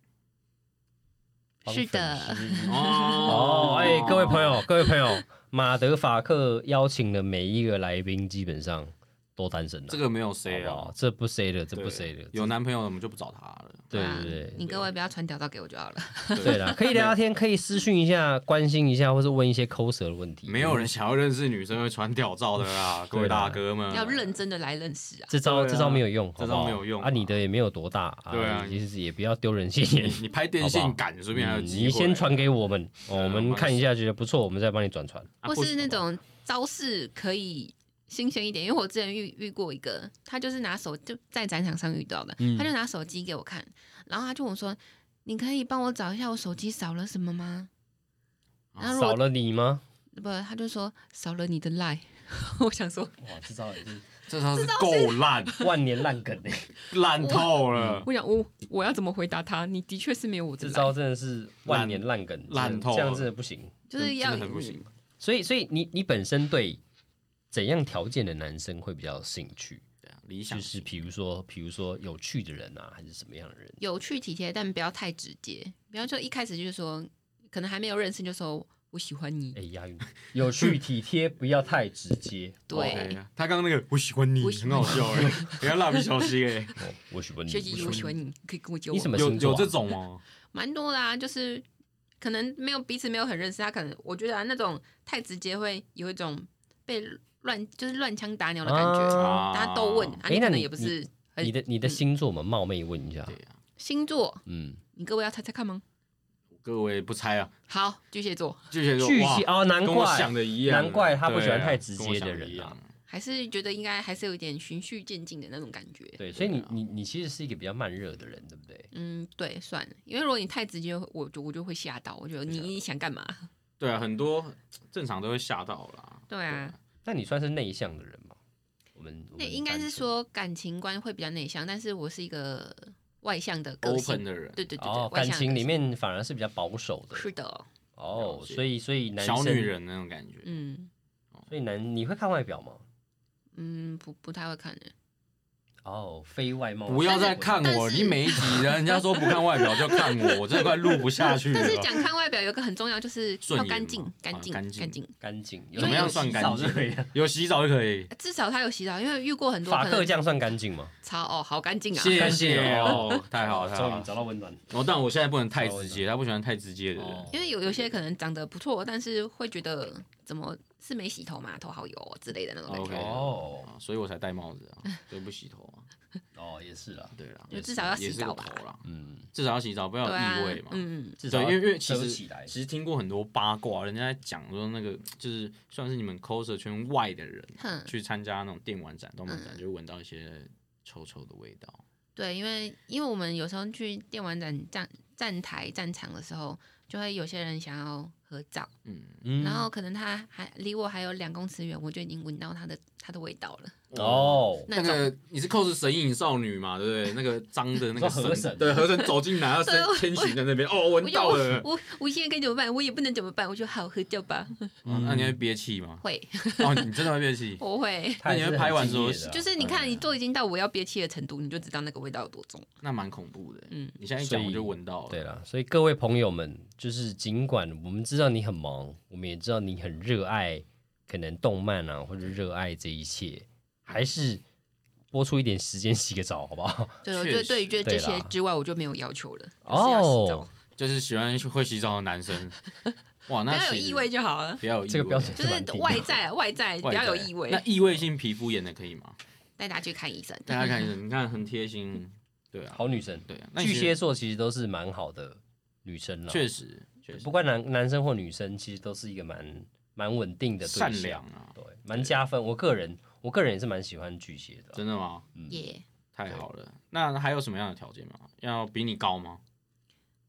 [SPEAKER 3] 是的
[SPEAKER 2] 帮粉丝
[SPEAKER 1] 哦
[SPEAKER 2] (laughs) 哦，哎、各位朋友，各位朋友， (laughs) 马德法克邀请的每一个来宾基本上都单身的，
[SPEAKER 1] 这个没有
[SPEAKER 2] 好
[SPEAKER 1] say
[SPEAKER 2] 不好
[SPEAKER 1] 啊，
[SPEAKER 2] 这不 say 的，这
[SPEAKER 1] 对
[SPEAKER 2] 不 say 的，
[SPEAKER 1] 有男朋友我们就不找他了。
[SPEAKER 2] 对
[SPEAKER 3] 啊
[SPEAKER 2] 对对
[SPEAKER 3] 你各位不要传屌照给我就好了。
[SPEAKER 2] 对啦，可以聊聊天，可以私讯一下，关心一下，或是问一些抠舌的问题。
[SPEAKER 1] (laughs) 没有人想要认识女生会传屌照的
[SPEAKER 2] (laughs)
[SPEAKER 1] 啦，各位大哥
[SPEAKER 2] 嗯
[SPEAKER 1] 们，
[SPEAKER 3] (laughs) 要认真的来认识啊！
[SPEAKER 2] 这招、
[SPEAKER 1] 对啊
[SPEAKER 2] 这招没有用，
[SPEAKER 1] 这招
[SPEAKER 2] 好不好
[SPEAKER 1] 没有用啊
[SPEAKER 2] 啊！你的也没有多大，
[SPEAKER 1] 对啊
[SPEAKER 2] 其实也不要丢人现眼。
[SPEAKER 1] 你拍电
[SPEAKER 2] 好不
[SPEAKER 1] 线
[SPEAKER 2] 好
[SPEAKER 1] 杆，随便还有
[SPEAKER 2] 嗯
[SPEAKER 1] 机会。啊
[SPEAKER 2] 你先传给我们，哦我
[SPEAKER 1] 帮
[SPEAKER 2] 们
[SPEAKER 1] 你
[SPEAKER 2] 看一下，觉得不错，我们再帮你转传。
[SPEAKER 1] 啊，
[SPEAKER 3] 或
[SPEAKER 2] 哦
[SPEAKER 3] 是那种招式可以新鲜一点，因为我之前遇遇过一个，他就是拿手就在展场上遇到的，
[SPEAKER 1] 嗯
[SPEAKER 3] 他就拿手机给我看，然后他就问我说：“你可以帮我找一下我手机少了什么吗？”
[SPEAKER 1] 啊
[SPEAKER 3] 然后如果
[SPEAKER 2] 少了你吗？
[SPEAKER 3] 不，他就说少了你的 line。我 (laughs) 想说，
[SPEAKER 2] 哇，这招也是
[SPEAKER 1] 这招是够烂，
[SPEAKER 2] 万年烂梗哎、
[SPEAKER 1] 烂透了。
[SPEAKER 3] 我想我我要怎么回答他？你的确是没有我
[SPEAKER 2] 这
[SPEAKER 3] 的 line，
[SPEAKER 2] 招真的是万年烂梗，
[SPEAKER 1] 烂
[SPEAKER 2] 真的
[SPEAKER 1] 透了
[SPEAKER 2] 这样真的不行。
[SPEAKER 3] 就是
[SPEAKER 1] 真
[SPEAKER 3] 要嗯
[SPEAKER 1] 的很不行。
[SPEAKER 2] 所以，所以你你本身对怎样条件的男生会比较有兴趣？
[SPEAKER 1] 对啊理想
[SPEAKER 2] 就是比如说，比如说有趣的人啊，还是什么样的人？
[SPEAKER 3] 有趣体贴，但不要太直接，不要就一开始就说，可能还没有认识就说我喜欢你
[SPEAKER 2] 哎、，押韵，有趣体贴，不要太直接。
[SPEAKER 3] (laughs) 对
[SPEAKER 1] OK，他刚刚那个我喜欢你，
[SPEAKER 3] 我喜
[SPEAKER 1] 很
[SPEAKER 3] 欢
[SPEAKER 1] 好笑
[SPEAKER 3] (laughs)
[SPEAKER 1] 哎，人家蜡笔小新哎，
[SPEAKER 2] 哦，我喜欢你，
[SPEAKER 3] 学习我喜欢你，可以跟我交往。
[SPEAKER 2] 你什么
[SPEAKER 1] 有
[SPEAKER 2] 星座啊
[SPEAKER 1] 有这种吗？
[SPEAKER 3] 蛮多啦、就是可能没有彼此没有很认识，他可能我觉得、啊、那种太直接会有一种被乱就是乱枪打鸟的感觉，
[SPEAKER 1] 啊
[SPEAKER 3] 大家都问，啊，
[SPEAKER 2] 哎
[SPEAKER 3] 你可
[SPEAKER 2] 那
[SPEAKER 3] 能
[SPEAKER 2] 你
[SPEAKER 3] 也不是很
[SPEAKER 2] 你的
[SPEAKER 3] 嗯
[SPEAKER 2] 你的星座嘛，冒昧问一下
[SPEAKER 1] 对。呀，
[SPEAKER 3] 星座，
[SPEAKER 2] 嗯，
[SPEAKER 3] 你各位要猜猜看吗？
[SPEAKER 1] 各位不猜啊，
[SPEAKER 3] 好，巨蟹座，
[SPEAKER 1] 巨蟹座
[SPEAKER 2] 巨
[SPEAKER 1] 哎哇
[SPEAKER 2] 蟹哦，难
[SPEAKER 1] 跟我想
[SPEAKER 2] 怪
[SPEAKER 1] 的一样，
[SPEAKER 2] 难怪他不喜欢
[SPEAKER 1] 对啊
[SPEAKER 2] 太直接
[SPEAKER 1] 跟我想
[SPEAKER 2] 的
[SPEAKER 1] 的
[SPEAKER 2] 人啊
[SPEAKER 1] 一样
[SPEAKER 3] 还是觉得应该还是有一点循序渐进的那种感觉。
[SPEAKER 2] 对，所以
[SPEAKER 1] 啊
[SPEAKER 2] 你你你其实是一个比较慢热的人，对不对？
[SPEAKER 3] 嗯，对，算了，因为如果你太直接，我就我就会吓到，我觉得你你想干嘛？
[SPEAKER 1] 对啊，很多正常都会吓到啦。
[SPEAKER 3] 对啊，
[SPEAKER 2] 那你算是内向的人吗？我们我
[SPEAKER 3] 那
[SPEAKER 2] 们哦
[SPEAKER 3] 应该
[SPEAKER 2] 单
[SPEAKER 3] 是
[SPEAKER 2] 纯
[SPEAKER 3] 说感情观会比较内向，但是我是一个外向的个性
[SPEAKER 1] ，open，的人，
[SPEAKER 3] 对对对对，
[SPEAKER 2] 哦，
[SPEAKER 3] 外
[SPEAKER 2] 感
[SPEAKER 3] 向的
[SPEAKER 2] 情
[SPEAKER 3] 个
[SPEAKER 2] 里
[SPEAKER 3] 性
[SPEAKER 2] 面反而是比较保守的
[SPEAKER 3] 是的，
[SPEAKER 2] 哦
[SPEAKER 1] 了，解
[SPEAKER 2] 所以所以男
[SPEAKER 1] 小
[SPEAKER 2] 生
[SPEAKER 1] 女，人那种感觉。
[SPEAKER 3] 嗯
[SPEAKER 2] 所以男你会看外表吗？
[SPEAKER 3] 嗯，不不太会看的，
[SPEAKER 2] 哦，非外貌，
[SPEAKER 1] 不要再看我，
[SPEAKER 3] 但是
[SPEAKER 1] 你每一集人家说不看外表就看
[SPEAKER 3] (laughs)
[SPEAKER 1] 我，我真的快录不下去了。
[SPEAKER 3] 但是讲看外表有一个很重要，就是
[SPEAKER 1] 啊顺
[SPEAKER 3] 要
[SPEAKER 1] 眼
[SPEAKER 3] 干
[SPEAKER 1] 嘛
[SPEAKER 3] 净
[SPEAKER 1] 啊、
[SPEAKER 3] 干净、
[SPEAKER 1] 干净
[SPEAKER 3] 干净。
[SPEAKER 2] 干净，
[SPEAKER 3] 怎么
[SPEAKER 1] 样算干净
[SPEAKER 2] 有洗澡就可以了
[SPEAKER 1] 有洗澡就可以。
[SPEAKER 3] 呃至少他有洗澡，因为遇过很多
[SPEAKER 2] 法
[SPEAKER 3] 可
[SPEAKER 2] 克
[SPEAKER 3] 能
[SPEAKER 2] 这样算干净吗？
[SPEAKER 3] 超哦，好干净啊！
[SPEAKER 1] 谢
[SPEAKER 2] 干净
[SPEAKER 1] 谢
[SPEAKER 2] 哦
[SPEAKER 1] 哦，太好太好了。
[SPEAKER 2] 到温暖。
[SPEAKER 1] 哦，但我现在不能太直接，他不喜欢太直接的人
[SPEAKER 2] 哦。
[SPEAKER 3] 因为有有些可能长得不错，但是会觉得怎么是没洗头嘛，头好油哦之类的那种感觉。
[SPEAKER 1] OK，
[SPEAKER 2] 哦
[SPEAKER 3] (laughs)
[SPEAKER 1] 啊所以我才戴帽子啊，所以不洗头啊。
[SPEAKER 2] 哦，也是啦，
[SPEAKER 1] 对啦，
[SPEAKER 3] 就至少要
[SPEAKER 1] 也
[SPEAKER 3] 洗
[SPEAKER 1] 是个
[SPEAKER 3] 澡吧。
[SPEAKER 1] 头啦，
[SPEAKER 2] 嗯，
[SPEAKER 1] 至少要洗澡，不要有
[SPEAKER 3] 对啊
[SPEAKER 1] 异味嘛，。
[SPEAKER 3] 嗯，
[SPEAKER 2] 至
[SPEAKER 1] 对，
[SPEAKER 2] 少
[SPEAKER 1] 因为
[SPEAKER 2] 要
[SPEAKER 1] 因为其
[SPEAKER 2] 遮
[SPEAKER 1] 实
[SPEAKER 2] 起来，
[SPEAKER 1] 其实听过很多八卦，人家在讲说那个就是算是你们 coser 圈外的人
[SPEAKER 3] 哼，
[SPEAKER 1] 去参加那种电玩展、动漫
[SPEAKER 3] 嗯
[SPEAKER 1] 展，就闻到一些臭臭的味道。
[SPEAKER 3] 对，因为因为我们有时候去电玩展站站台站场的时候，就会有些人想要合照，
[SPEAKER 1] 嗯，
[SPEAKER 2] 嗯
[SPEAKER 3] 然后可能他还离我还有两公尺远，我就已经闻到他的他的味道了。
[SPEAKER 2] 哦，
[SPEAKER 3] 那
[SPEAKER 1] 那
[SPEAKER 3] 种
[SPEAKER 1] 个你是 cos 神隐少女嘛，对不对？那个脏的那个
[SPEAKER 2] 你说河神
[SPEAKER 1] 对河神走进来，然后
[SPEAKER 3] 对我
[SPEAKER 1] 身千寻在那
[SPEAKER 3] (laughs)
[SPEAKER 1] 边，哦，
[SPEAKER 3] 我
[SPEAKER 1] 闻
[SPEAKER 3] 就
[SPEAKER 1] 到了。
[SPEAKER 3] 我我现在该怎么办？我也不能怎么办，我就好喝掉吧。
[SPEAKER 1] 哦
[SPEAKER 2] 嗯
[SPEAKER 1] 那你会憋气吗？
[SPEAKER 3] 会，
[SPEAKER 1] 哦，你真的会憋气？
[SPEAKER 3] 我会，
[SPEAKER 2] 他也是
[SPEAKER 1] 那你会拍完之后
[SPEAKER 2] 很敬业的啊
[SPEAKER 3] 就是你
[SPEAKER 1] 嗯
[SPEAKER 3] 看，你都已经到我要憋气的程度，你就知道那个味道有多重。
[SPEAKER 1] 那蛮恐怖的。
[SPEAKER 3] 嗯，
[SPEAKER 1] 你现在一讲
[SPEAKER 2] 所以
[SPEAKER 1] 我就闻到了。
[SPEAKER 2] 对啦，所以各位朋友们，就是尽管我们知道你很忙，我们也知道你很热爱可能动漫啊，或者热爱这一切，还是播出一点时间洗个澡，好不好？
[SPEAKER 3] 对，我
[SPEAKER 1] 确
[SPEAKER 3] 觉得对于这
[SPEAKER 2] 对
[SPEAKER 3] 这
[SPEAKER 2] 啦
[SPEAKER 3] 些之外，我就没有要求了。就是要洗澡
[SPEAKER 2] 哦，
[SPEAKER 1] 就是喜欢会洗澡的男
[SPEAKER 3] (laughs)
[SPEAKER 1] 生。哇，
[SPEAKER 3] 不
[SPEAKER 1] 那
[SPEAKER 3] 要有
[SPEAKER 1] 其实
[SPEAKER 3] 异味，就好了。
[SPEAKER 1] 不要有异味
[SPEAKER 2] 这个标准
[SPEAKER 3] 就是
[SPEAKER 2] 蛮低的
[SPEAKER 3] 外在外在不
[SPEAKER 1] 外在
[SPEAKER 3] 要有异味
[SPEAKER 1] 那，异味性皮肤炎的可以
[SPEAKER 3] (laughs)
[SPEAKER 1] 吗？
[SPEAKER 3] 带大家去看医生。
[SPEAKER 1] 大家看一下，你看很贴心，对啊，
[SPEAKER 2] 好女生，
[SPEAKER 1] 对啊。那你
[SPEAKER 2] 巨
[SPEAKER 1] 觉
[SPEAKER 2] 蟹
[SPEAKER 1] 得
[SPEAKER 2] 座其实都是蛮好的女生了，
[SPEAKER 1] 确实确实
[SPEAKER 2] 不管男男生或女生，其实都是一个蛮蛮稳定的对象
[SPEAKER 1] 善良，啊，
[SPEAKER 2] 对，蛮加分。我个人我个人也是蛮喜欢巨蟹的啊，
[SPEAKER 1] 真的吗？
[SPEAKER 3] 耶，
[SPEAKER 1] 太好了。那还有什么样的条件吗？要比你高吗？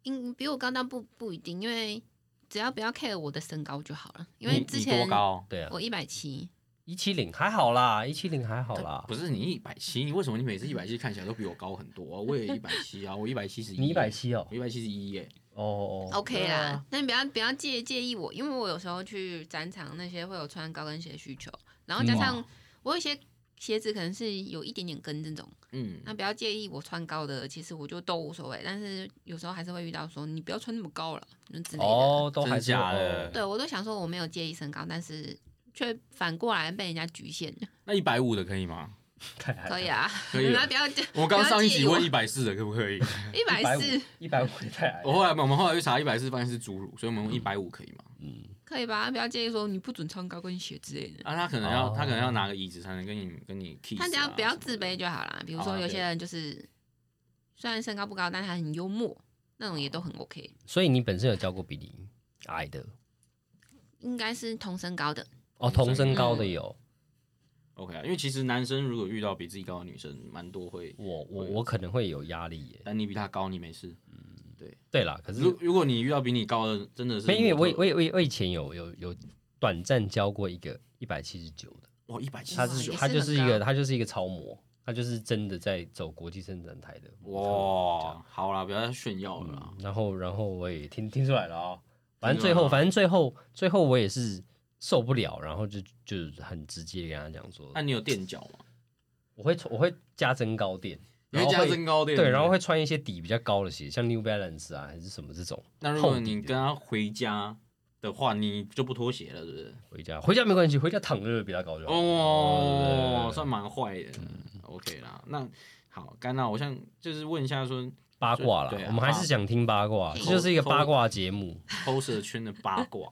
[SPEAKER 3] 嗯，比我高但不不一定，因为只要不要 care 我的身高就好了。因
[SPEAKER 1] 你
[SPEAKER 3] 为之
[SPEAKER 1] 你
[SPEAKER 3] 前
[SPEAKER 1] 多高？
[SPEAKER 2] 对啊，
[SPEAKER 3] 我一百七，
[SPEAKER 2] 一七零还好啦，一七零还好啦，
[SPEAKER 1] 不是你一百七，你为什么你每次一百七看起来都比我高很多啊、我也一百七啊，我一百七十一，
[SPEAKER 2] 你一百，七哦
[SPEAKER 1] 我，一百七十一耶。
[SPEAKER 2] 哦哦哦，
[SPEAKER 3] OK
[SPEAKER 1] 对啊
[SPEAKER 3] 啦，但不要不要介介意我，因为我有时候去展场那些会有穿高跟鞋需求，然后
[SPEAKER 1] 嗯
[SPEAKER 3] 加上我有一些鞋子可能是有一点点跟这种，
[SPEAKER 1] 嗯，
[SPEAKER 3] 那不要介意我穿高的，其实我就都无所谓。但是有时候还是会遇到说你不要穿那么高了，就之类的。
[SPEAKER 2] 哦，都还是
[SPEAKER 1] 真假的
[SPEAKER 3] 对我都想说我没有介意身高，但是却反过来被人家局限，
[SPEAKER 1] 那一百五的可以吗？
[SPEAKER 3] 可以啊，
[SPEAKER 1] (laughs) 可以
[SPEAKER 3] 你 (laughs)
[SPEAKER 1] 了
[SPEAKER 3] 们不要介
[SPEAKER 1] 我刚上一集问
[SPEAKER 3] 不要介
[SPEAKER 1] 一百四的可不可以？
[SPEAKER 3] 一百四，
[SPEAKER 2] 一百五也太矮了
[SPEAKER 1] 我后来我们后来去查一百四，发现是侏儒，所以我们用一百五可以吗？
[SPEAKER 2] 嗯
[SPEAKER 3] 可以吧？不要介意说你不准穿高跟鞋之类的。
[SPEAKER 1] 啊，他可能要
[SPEAKER 2] 哦
[SPEAKER 1] 他可能要拿个椅子才能跟你跟你 kiss 啊。
[SPEAKER 3] 他只要不要自
[SPEAKER 1] 什么
[SPEAKER 3] 卑
[SPEAKER 1] 的，
[SPEAKER 3] 就好啦。比如
[SPEAKER 1] 哦
[SPEAKER 3] 说
[SPEAKER 1] 对
[SPEAKER 3] 有些人就是虽然身高不高，但他很幽默，那种也都很 OK。
[SPEAKER 2] 所以你本身有教过比你矮的
[SPEAKER 3] 应该是同身高的，
[SPEAKER 2] 哦，
[SPEAKER 1] 同
[SPEAKER 2] 同
[SPEAKER 1] 身
[SPEAKER 2] 身
[SPEAKER 1] 高
[SPEAKER 2] 高的有。
[SPEAKER 1] OK 啊，因为其实男生如果遇到比自己高的女生，蛮多会，
[SPEAKER 2] 我我
[SPEAKER 1] 会
[SPEAKER 2] 我可能会有压力耶。
[SPEAKER 1] 但你比她高，你没事。
[SPEAKER 2] 对啦，可是
[SPEAKER 1] 如如果你遇到比你高的，真的是
[SPEAKER 2] 没有因为我
[SPEAKER 1] 模
[SPEAKER 2] 也
[SPEAKER 1] 特
[SPEAKER 2] 我也我也我以前有有有短暂教过一个一百七十九的，
[SPEAKER 1] 哇一百七
[SPEAKER 2] 他
[SPEAKER 1] 十
[SPEAKER 2] 是
[SPEAKER 1] 九
[SPEAKER 3] 也是
[SPEAKER 2] 他就是一
[SPEAKER 3] 很
[SPEAKER 2] 个
[SPEAKER 3] 高
[SPEAKER 2] 他就是一个超模，他就是真的在走国际生展台的模特这
[SPEAKER 1] 哇
[SPEAKER 2] 样，
[SPEAKER 1] 好啦，不要再炫耀了啦
[SPEAKER 2] 嗯。然后然后我也听听出来了哦，反正
[SPEAKER 1] 听出来
[SPEAKER 2] 最后
[SPEAKER 1] 了
[SPEAKER 2] 反正最后最后我也是受不了，然后就就很直接地跟他讲说
[SPEAKER 1] 那，你有垫脚吗？
[SPEAKER 2] 我会我会加增高垫，
[SPEAKER 1] 你
[SPEAKER 2] 然
[SPEAKER 1] 会
[SPEAKER 2] 后
[SPEAKER 1] 加
[SPEAKER 2] 会
[SPEAKER 1] 增高垫？
[SPEAKER 2] 对，然后会穿一些底比较高的鞋，像 New Balance 啊还是什么这种。
[SPEAKER 1] 那如果
[SPEAKER 2] 厚底
[SPEAKER 1] 你
[SPEAKER 2] 的
[SPEAKER 1] 跟她回家的话，你就不脱鞋了，对不对？
[SPEAKER 2] 回家回家没关系，回家躺着比他高就好。
[SPEAKER 1] 哦，算蛮坏的。OK 啦，那好，干娜，我想就是问一下说
[SPEAKER 2] 八卦啦
[SPEAKER 1] 对啊，
[SPEAKER 2] 我们还是想听八卦，
[SPEAKER 3] 八
[SPEAKER 2] 这
[SPEAKER 3] 卦
[SPEAKER 2] 就是一个八卦节目，
[SPEAKER 1] ，coser 圈的八 (laughs) 卦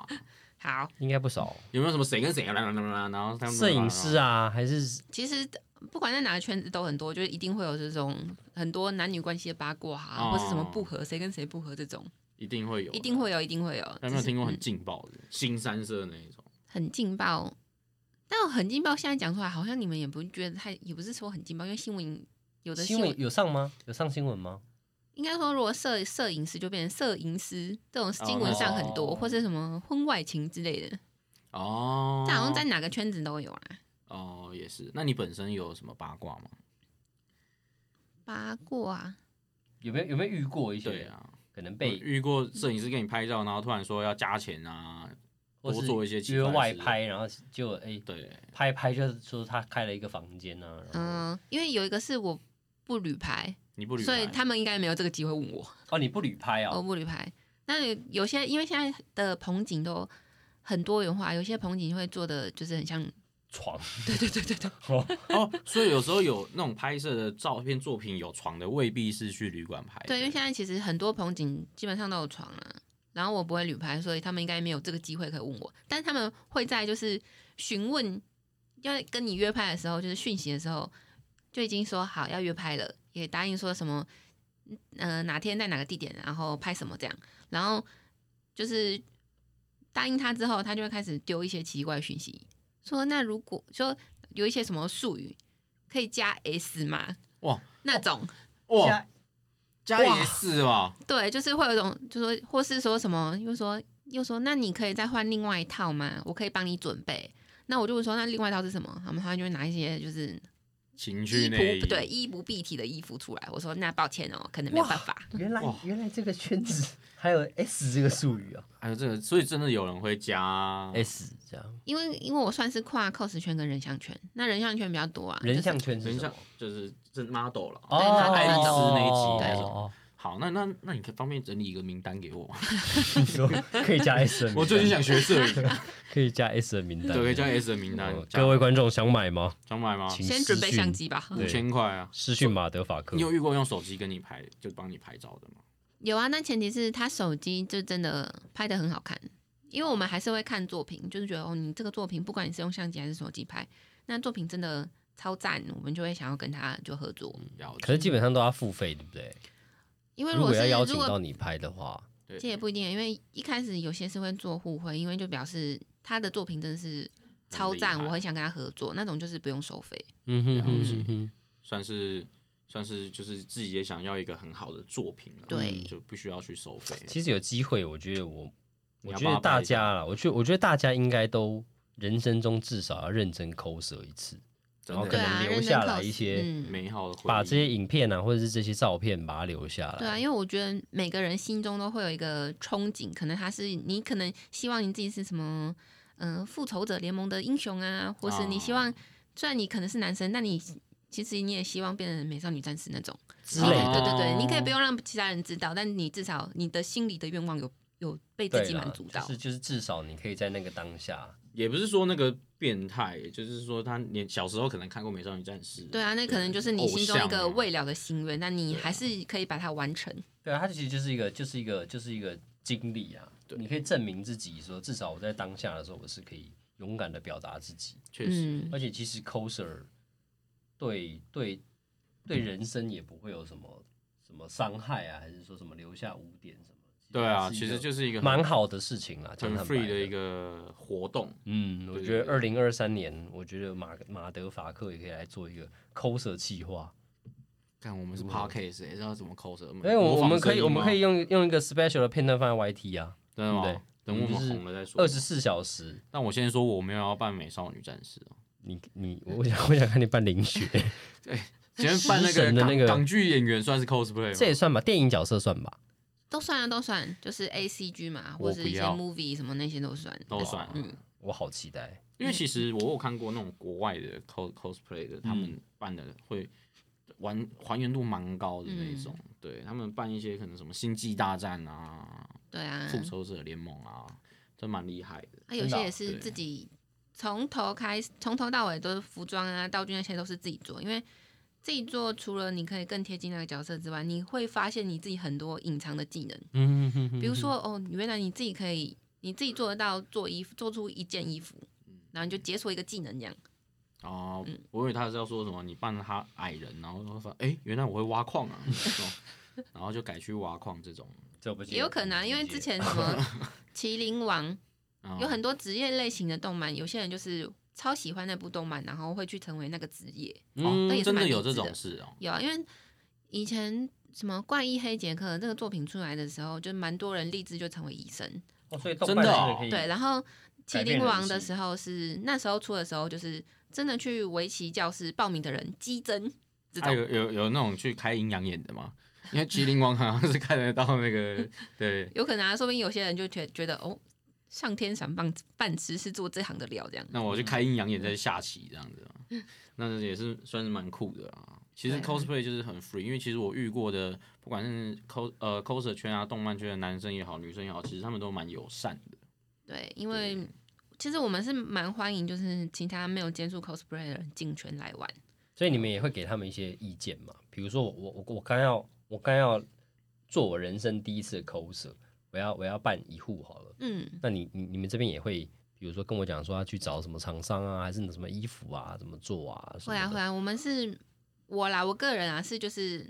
[SPEAKER 3] 好，
[SPEAKER 2] 应该不少。
[SPEAKER 1] 有没有什么谁跟谁啊啦啦啦啦，然后他们
[SPEAKER 2] 摄影师
[SPEAKER 1] 啊，
[SPEAKER 2] 啊，还是
[SPEAKER 3] 其实不管在哪个圈子都很多，就是一定会有这种很多男女关系的八卦啊，
[SPEAKER 1] 哦
[SPEAKER 3] 或是什么不和，谁跟谁不和这种，
[SPEAKER 1] 一定会有，
[SPEAKER 3] 一定。会有，一定会有。
[SPEAKER 1] 有没有
[SPEAKER 3] 只是
[SPEAKER 1] 听过很
[SPEAKER 3] 嗯
[SPEAKER 1] 劲爆的新三色那一种？
[SPEAKER 3] 很劲爆？但很劲爆，现在讲出来好像你们也不觉得太，也不是说很劲爆，因为新闻有的
[SPEAKER 2] 新
[SPEAKER 3] 新
[SPEAKER 2] 闻
[SPEAKER 3] 闻
[SPEAKER 2] 有上吗？有上新闻吗？
[SPEAKER 3] 应该说，如果摄摄影师就变成摄影师这种新闻上很多，
[SPEAKER 2] 哦
[SPEAKER 3] 或是什么婚外情之类的，
[SPEAKER 1] 哦，
[SPEAKER 3] 这好像在哪个圈子都有啊啦。
[SPEAKER 1] 哦也是。那你本身有什么八卦吗？
[SPEAKER 3] 八卦啊，
[SPEAKER 2] 有没有有没有遇过一
[SPEAKER 1] 对
[SPEAKER 2] 些
[SPEAKER 1] 啊，
[SPEAKER 2] 可能
[SPEAKER 1] 被
[SPEAKER 2] 被
[SPEAKER 1] 遇过摄影师给你拍照，然后突然说要加钱啊，
[SPEAKER 2] 或
[SPEAKER 1] 多
[SPEAKER 2] 是
[SPEAKER 1] 做一些奇
[SPEAKER 2] 约
[SPEAKER 1] 怪的
[SPEAKER 2] 外
[SPEAKER 1] 事
[SPEAKER 2] 拍，然后就哎
[SPEAKER 1] 对，
[SPEAKER 2] 拍拍就是说他开了一个房间啊，然后
[SPEAKER 3] 嗯，因为有一个是我不旅拍，
[SPEAKER 1] 你不履啊
[SPEAKER 3] 所以
[SPEAKER 1] 拍
[SPEAKER 3] 他们应该没有这个机会问我，
[SPEAKER 2] 哦你不旅拍
[SPEAKER 3] 我
[SPEAKER 2] 啊？
[SPEAKER 3] 不旅拍。那有些因为现在的棚景都很多元化，有些棚景会做的就是很像，
[SPEAKER 2] 床
[SPEAKER 3] 对对对对对，
[SPEAKER 1] 哦，所以有时候有那种拍摄的照片作品有床的，未必是去旅馆拍的。
[SPEAKER 3] 对，因为现在其实很多棚景基本上都有床啊，然后我不会旅拍，所以他们应该没有这个机会可以问我，但是他们会在就是询问要跟你约拍的时候，就是讯息的时候，就已经说好要约拍了，也答应说什么，呃，哪天在哪个地点，然后拍什么这样，然后就是答应他之后，他就会开始丢一些奇怪讯息，说那如果说有一些什么术语可以加 s 吗？
[SPEAKER 1] 哇
[SPEAKER 3] 那种
[SPEAKER 1] 哇，加
[SPEAKER 2] 哇
[SPEAKER 1] S 吧，
[SPEAKER 3] 对，就是会有一种，就说或是说什么，又说又说，那你可以再换另外一套吗？我可以帮你准备。那我就会说，那另外一套是什么？他们他就会拿一些就是
[SPEAKER 1] 情趣
[SPEAKER 3] 衣
[SPEAKER 1] 内衣
[SPEAKER 3] 不对，衣不蔽体的衣服出来。我说那抱歉哦，可能没
[SPEAKER 2] 哇
[SPEAKER 3] 办法。
[SPEAKER 2] 原来
[SPEAKER 1] 哇
[SPEAKER 2] 原来这个圈子还有 S 这个术语啊
[SPEAKER 1] 还有哎这个，所以真的有人会加
[SPEAKER 2] ，S 这样
[SPEAKER 3] 因为因为我算是跨 cos 圈跟人像圈，那人像圈比较多啊，
[SPEAKER 2] 人像
[SPEAKER 3] 就是
[SPEAKER 2] 圈
[SPEAKER 1] 人
[SPEAKER 2] 是什
[SPEAKER 1] 像
[SPEAKER 2] 么？
[SPEAKER 1] 就是这 model 了。
[SPEAKER 2] 哦，
[SPEAKER 3] 爱丽丝
[SPEAKER 1] 那一集
[SPEAKER 3] 那
[SPEAKER 2] 哦
[SPEAKER 3] 种
[SPEAKER 2] 哦
[SPEAKER 1] 好，那那那你可以方便整理一个名单给
[SPEAKER 2] (laughs)
[SPEAKER 1] 我吗？
[SPEAKER 2] 哦你说可以加 S，的名单
[SPEAKER 1] 我最近想学摄影，
[SPEAKER 2] 可以加 S 的名
[SPEAKER 1] (laughs)
[SPEAKER 2] 单，
[SPEAKER 1] 对，可以加 S 的名单
[SPEAKER 2] 哦。
[SPEAKER 1] 加
[SPEAKER 2] 各位观众想
[SPEAKER 1] (laughs)
[SPEAKER 2] 买吗？
[SPEAKER 1] 想买吗？
[SPEAKER 2] 请
[SPEAKER 3] 先准备
[SPEAKER 2] 私讯
[SPEAKER 3] 相机吧。
[SPEAKER 1] 五
[SPEAKER 2] 对
[SPEAKER 1] 千块啊！
[SPEAKER 2] 私讯马德法克
[SPEAKER 1] 你。有遇过用手机跟你拍就帮你拍照的吗？
[SPEAKER 3] 有啊，那前提是他手机就真的拍的很好看，因为我们还是会看作品，就是觉得哦，你这个作品不管你是用相机还是手机拍，那作品真的超赞，我们就会想要跟他就合作。
[SPEAKER 1] 了
[SPEAKER 2] 可
[SPEAKER 1] 解
[SPEAKER 2] 是基本上都要付费，对不对？
[SPEAKER 3] 因为
[SPEAKER 2] 嗯如
[SPEAKER 3] 果
[SPEAKER 2] 果
[SPEAKER 3] 是
[SPEAKER 2] 要邀请
[SPEAKER 3] 如
[SPEAKER 2] 到
[SPEAKER 3] 果
[SPEAKER 2] 你拍的话，
[SPEAKER 1] 对
[SPEAKER 3] 这也不一定，因为一开始有些是会做互惠，因为就表示他的作品真的是超
[SPEAKER 1] 很厉
[SPEAKER 3] 赞，
[SPEAKER 1] 害
[SPEAKER 3] 我很想跟他合作，那种就是不用收费。
[SPEAKER 2] 嗯哼
[SPEAKER 1] 了
[SPEAKER 2] 哼
[SPEAKER 1] 解
[SPEAKER 2] 哼哼，
[SPEAKER 1] 算是算是就是自己也想要一个很好的作品了，
[SPEAKER 3] 对
[SPEAKER 1] 就不需要去收费。
[SPEAKER 2] 其实有机会，我觉得我，
[SPEAKER 1] 你
[SPEAKER 2] 我
[SPEAKER 1] 要
[SPEAKER 2] 觉
[SPEAKER 1] 帮
[SPEAKER 2] 得
[SPEAKER 1] 他拍
[SPEAKER 2] 大
[SPEAKER 1] 一下
[SPEAKER 2] 家啦，我觉得我觉得大家应该都人生中至少要认真抠舌一次，
[SPEAKER 1] 真
[SPEAKER 2] 然
[SPEAKER 1] 的
[SPEAKER 2] 后哦可
[SPEAKER 3] 对
[SPEAKER 2] 能
[SPEAKER 3] 啊，
[SPEAKER 2] 留
[SPEAKER 3] 认真
[SPEAKER 2] 下来
[SPEAKER 3] cos，
[SPEAKER 2] 一些
[SPEAKER 3] 嗯，
[SPEAKER 1] 美好的回忆，
[SPEAKER 2] 把这些影片啊，或者是这些照片，把它留下来。
[SPEAKER 3] 对啊，因为我觉得每个人心中都会有一个憧憬，可能他是你可能希望你自己是什么，嗯、复仇者联盟的英雄啊，或是你希望，虽然你可能是男生，但你其实你也希望变成美少女战士那种
[SPEAKER 2] 之类的
[SPEAKER 3] 对对对，你可以不
[SPEAKER 1] 哦
[SPEAKER 3] 用让其他人知道，但你至少你的心里的愿望有有被自
[SPEAKER 2] 对
[SPEAKER 3] 己
[SPEAKER 2] 啦
[SPEAKER 3] 满足到。
[SPEAKER 2] 就是就是至少你可以在那个当下，
[SPEAKER 1] 也不是说那个变态，就是说他年小时候可能看过《美少女战士》，
[SPEAKER 3] 对啊，那可能就是你
[SPEAKER 1] 偶
[SPEAKER 3] 心中一
[SPEAKER 1] 像
[SPEAKER 3] 个
[SPEAKER 1] 啊
[SPEAKER 3] 未了的心愿，但你还是可以把它完成。
[SPEAKER 2] 对啊，它其实就是一个就是一个就是一个经历啊，
[SPEAKER 1] 对
[SPEAKER 2] 你可以证明自己说，至少我在当下的时候，我是可以勇敢的表达自己，
[SPEAKER 1] 确实。
[SPEAKER 3] 嗯，
[SPEAKER 2] 而且其实 coser 对对对人生也不会有什么什么伤害啊，还是说什么留下污点什么？
[SPEAKER 1] 对啊，
[SPEAKER 2] 是一
[SPEAKER 1] 其
[SPEAKER 2] 个
[SPEAKER 1] 实就是一个
[SPEAKER 2] 蛮好的事情啦，
[SPEAKER 1] 很
[SPEAKER 2] 讲坦白
[SPEAKER 1] free 的一。个活动，
[SPEAKER 2] 嗯，我
[SPEAKER 1] 对
[SPEAKER 2] 觉得
[SPEAKER 1] 对
[SPEAKER 2] 二零二三年，我觉得马马德法克也可以来做一个 coser 企划，
[SPEAKER 1] 看我们是 podcast，也知道怎么抠舌。因
[SPEAKER 2] 因为我我们可以我们可以
[SPEAKER 1] 用
[SPEAKER 2] 用用一个 special 的片段放在 YT 啊，
[SPEAKER 1] 真的
[SPEAKER 2] 对
[SPEAKER 1] 吗？等我
[SPEAKER 2] 就
[SPEAKER 1] 们
[SPEAKER 2] 是
[SPEAKER 1] 红了再说。
[SPEAKER 2] 二十，四小时。
[SPEAKER 1] 但我现在说我没有要扮美少女战士
[SPEAKER 3] (laughs)
[SPEAKER 1] 哦，
[SPEAKER 2] 你你，我想我想看你扮林雪，
[SPEAKER 1] 前扮那
[SPEAKER 2] 食
[SPEAKER 1] 个
[SPEAKER 2] 神的
[SPEAKER 1] 港
[SPEAKER 2] 那个
[SPEAKER 1] 港剧演员算是 cosplay 吗？
[SPEAKER 2] 这也算吧，电影角色算吧。
[SPEAKER 3] 都算啊，都算，就是 A C G 嘛，
[SPEAKER 1] 我
[SPEAKER 3] 或是一
[SPEAKER 1] 不
[SPEAKER 3] 些
[SPEAKER 1] 要
[SPEAKER 3] movie 什么那些都算。
[SPEAKER 1] 都算。
[SPEAKER 3] 嗯，
[SPEAKER 2] 我好期待。
[SPEAKER 1] 因为其实我有看过那种国外的 cos cosplay 的，他
[SPEAKER 3] 嗯
[SPEAKER 1] 们办的会完还原度蛮高的那一
[SPEAKER 3] 嗯
[SPEAKER 1] 种，对他们办一些可能什么星际大战啊、
[SPEAKER 3] 对啊，
[SPEAKER 1] 复仇者联盟啊，都蛮厉害的。
[SPEAKER 3] 啊，有些也
[SPEAKER 1] 真的
[SPEAKER 3] 是
[SPEAKER 1] 啊
[SPEAKER 3] 自己从头开始，从头到尾都是服装啊、道具那些都是自己做，因为自己做除了你可以更贴近那个角色之外，你会发现你自己很多隐藏的技能，
[SPEAKER 2] 嗯哼哼
[SPEAKER 3] 比如说哦，原来你自己可以，你自己做得到做衣服，做出一件衣服，
[SPEAKER 1] 嗯
[SPEAKER 3] 然后你就解锁一个技能这样。
[SPEAKER 1] 哦，
[SPEAKER 3] 嗯
[SPEAKER 1] 我以为他是要说什么，你扮他矮人，然后他说，哎、原来我会挖矿啊，这种然后就改去挖矿这种。
[SPEAKER 2] 这不
[SPEAKER 3] 也有可能啊，因为之
[SPEAKER 1] (laughs)
[SPEAKER 3] 前什么麒麟王
[SPEAKER 1] 嗯
[SPEAKER 3] 有很多职业类型的动漫，有些人就是超喜欢那部动漫，然后会去成为那个职业。
[SPEAKER 2] 嗯
[SPEAKER 1] 哦
[SPEAKER 3] 那也是
[SPEAKER 1] 真的
[SPEAKER 3] 蛮
[SPEAKER 1] 有
[SPEAKER 3] 励
[SPEAKER 1] 这
[SPEAKER 3] 志
[SPEAKER 1] 种
[SPEAKER 3] 的
[SPEAKER 1] 事哦，
[SPEAKER 3] 有啊，因为以前什么《怪医黑杰克》这个作品出来的时候，就蛮多人立志就成为医生。
[SPEAKER 2] 哦，所以
[SPEAKER 1] 真的哦
[SPEAKER 3] 对，然后《
[SPEAKER 2] 改
[SPEAKER 3] 麒
[SPEAKER 2] 变
[SPEAKER 3] 麟
[SPEAKER 2] 人
[SPEAKER 3] 王》
[SPEAKER 2] 性
[SPEAKER 3] 的时候是那时候出的时候，就是真的去围棋教室报名的人激增。这
[SPEAKER 1] 啊、
[SPEAKER 2] 哎
[SPEAKER 3] 种、
[SPEAKER 1] 有有有那种去开阴阳眼的吗？因为麒麟王好像是看得到那个，对，
[SPEAKER 3] 有可能啊，说不定有些人就觉觉得哦，上天赏饭饭吃是做这行的料这样。
[SPEAKER 1] 那我去
[SPEAKER 2] 嗯
[SPEAKER 1] 开阴阳眼再下棋这样子啊，那也是算是蛮酷的啊。其实
[SPEAKER 3] 对
[SPEAKER 1] cosplay 就是很 free，因为其实我遇过的，不管是 cos 呃 coser 圈啊、动漫圈的男生也好、女生也好，其实他们都蛮友善的。
[SPEAKER 3] 对，因为其实我们是蛮欢迎，就是其他没有接触 cosplay 的人进圈来玩。
[SPEAKER 2] 所以你们也会给他们一些意见嘛？比如说我我我我刚要我刚要做我人生第一次的 coser，我要我要办一户好了。
[SPEAKER 3] 嗯，
[SPEAKER 2] 那你你你们这边也会，比如说跟我讲说要去找什么厂商啊，还是什么衣服啊，怎么做啊？
[SPEAKER 3] 会啊会
[SPEAKER 2] 啊。
[SPEAKER 3] 啊，我们是。我啦，我个人啊是就是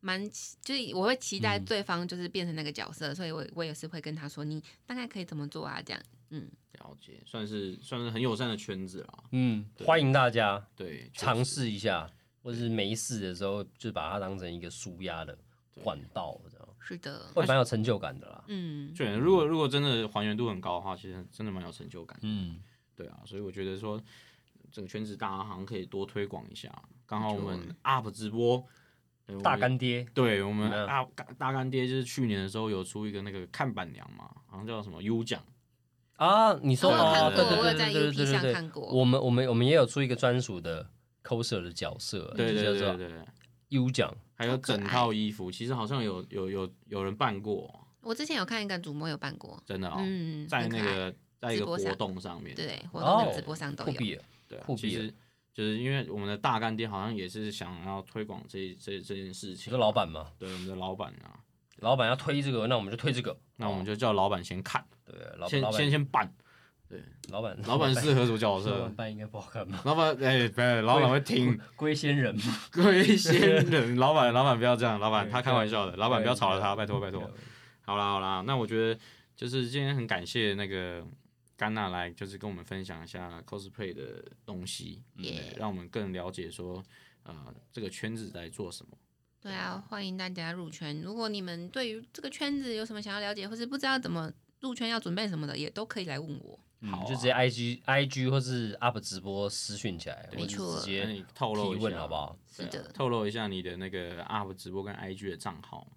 [SPEAKER 3] 蛮期就是我会期待
[SPEAKER 1] 嗯
[SPEAKER 3] 对方就是变成那个角色，所以我我也是会跟他说你大概可以怎么做啊这样。嗯，
[SPEAKER 1] 了解，算是算是很友善的圈子啦。
[SPEAKER 2] 嗯，欢迎大家
[SPEAKER 1] 对，确实
[SPEAKER 2] 尝试一下，或者是没事的时候就把它当成一个舒压的管道，这样
[SPEAKER 3] 是的，
[SPEAKER 2] 会蛮有成就感的啦。
[SPEAKER 3] 嗯，
[SPEAKER 1] 对，如果如果真的还原度很高的话，其实真的蛮有成就感。
[SPEAKER 2] 嗯，
[SPEAKER 1] 对啊，所以我觉得说整个圈子大家好像可以多推广一下。刚好我
[SPEAKER 3] 没
[SPEAKER 1] 们 UP 直播，对我们
[SPEAKER 2] 大干爹，
[SPEAKER 1] 对我们啊
[SPEAKER 2] 怎么样
[SPEAKER 1] 大大干爹就是去年的时候有出一个那个看板娘嘛，好像叫什么 U 奖，
[SPEAKER 2] 啊，你说
[SPEAKER 1] 我有
[SPEAKER 2] 哦，
[SPEAKER 1] 看
[SPEAKER 2] 对
[SPEAKER 1] 过
[SPEAKER 2] 对
[SPEAKER 1] 我
[SPEAKER 2] 对
[SPEAKER 3] 有在
[SPEAKER 2] 对对
[SPEAKER 3] UP
[SPEAKER 2] 对对
[SPEAKER 3] 上
[SPEAKER 2] 对
[SPEAKER 3] 看过
[SPEAKER 2] 我们我们我们也有出一个专属的 coser 的角色，
[SPEAKER 1] 对
[SPEAKER 2] 呃就
[SPEAKER 1] 对
[SPEAKER 2] 叫
[SPEAKER 1] 对
[SPEAKER 2] 做
[SPEAKER 1] 对对，
[SPEAKER 2] U 奖，
[SPEAKER 1] 还有
[SPEAKER 3] 好可爱
[SPEAKER 1] 整套衣服，其实好像有有有有人办过，
[SPEAKER 3] 我之前有看一个主播有办过，
[SPEAKER 1] 真的哦，
[SPEAKER 3] 嗯，
[SPEAKER 1] 在
[SPEAKER 3] 很可
[SPEAKER 1] 那
[SPEAKER 3] 爱
[SPEAKER 1] 个在一
[SPEAKER 3] 直
[SPEAKER 1] 个
[SPEAKER 3] 播
[SPEAKER 1] 活
[SPEAKER 3] 上
[SPEAKER 1] 动上面，
[SPEAKER 3] 对活动
[SPEAKER 2] 哦
[SPEAKER 3] 的，直播上都
[SPEAKER 2] 酷
[SPEAKER 3] 有，
[SPEAKER 2] 毙了，
[SPEAKER 1] 对啊
[SPEAKER 2] 酷，
[SPEAKER 1] 其
[SPEAKER 2] 毙了
[SPEAKER 1] 实就是因为我们的大干爹好像也是想要推广这这这件事
[SPEAKER 2] 你
[SPEAKER 1] 情，
[SPEAKER 2] 说老板吗？
[SPEAKER 1] 对我们的老板啊，
[SPEAKER 2] 老板要推这个，那我们就推这个，
[SPEAKER 1] 那我们就叫老板先看，
[SPEAKER 2] 对，哦老
[SPEAKER 1] 先
[SPEAKER 2] 老
[SPEAKER 1] 先
[SPEAKER 2] 板
[SPEAKER 1] 先办，
[SPEAKER 2] 老板
[SPEAKER 1] 老板适合什么
[SPEAKER 2] (laughs)
[SPEAKER 1] 角
[SPEAKER 2] 老
[SPEAKER 1] 色
[SPEAKER 2] 板？扮应该不好看吧？
[SPEAKER 1] 老板哎，不是老板会听
[SPEAKER 2] 龟仙人嘛，
[SPEAKER 1] 龟仙人，老板老板不要这样，老板
[SPEAKER 2] 对
[SPEAKER 1] 他开玩笑的，老板不要吵了他，
[SPEAKER 2] 对
[SPEAKER 1] 拜托拜托。好啦好啦，那我觉得就是今天很感谢那个甘娜来，就是跟我们分享一下 cosplay 的东西，
[SPEAKER 2] 嗯
[SPEAKER 1] 对
[SPEAKER 3] Yeah
[SPEAKER 1] 让我们更了解说呃这个圈子在做什么。
[SPEAKER 3] 对啊，欢迎大家入圈。如果你们对于这个圈子有什么想要了解，或是不知道怎么入圈要准备什么的，也都可以来问我。
[SPEAKER 2] 嗯
[SPEAKER 1] 好啊
[SPEAKER 2] 就直接 I G I G 或是 UP 直播私讯起来，
[SPEAKER 1] 对
[SPEAKER 2] 或者
[SPEAKER 3] 没错
[SPEAKER 2] 直
[SPEAKER 1] 那
[SPEAKER 2] 接
[SPEAKER 1] 你透露
[SPEAKER 2] 提
[SPEAKER 1] 一
[SPEAKER 2] 问
[SPEAKER 1] 下
[SPEAKER 2] 好不？好？
[SPEAKER 3] 是
[SPEAKER 1] 对啊
[SPEAKER 3] 的，
[SPEAKER 1] 透露一下你的那个 UP 直播跟 IG 的账号。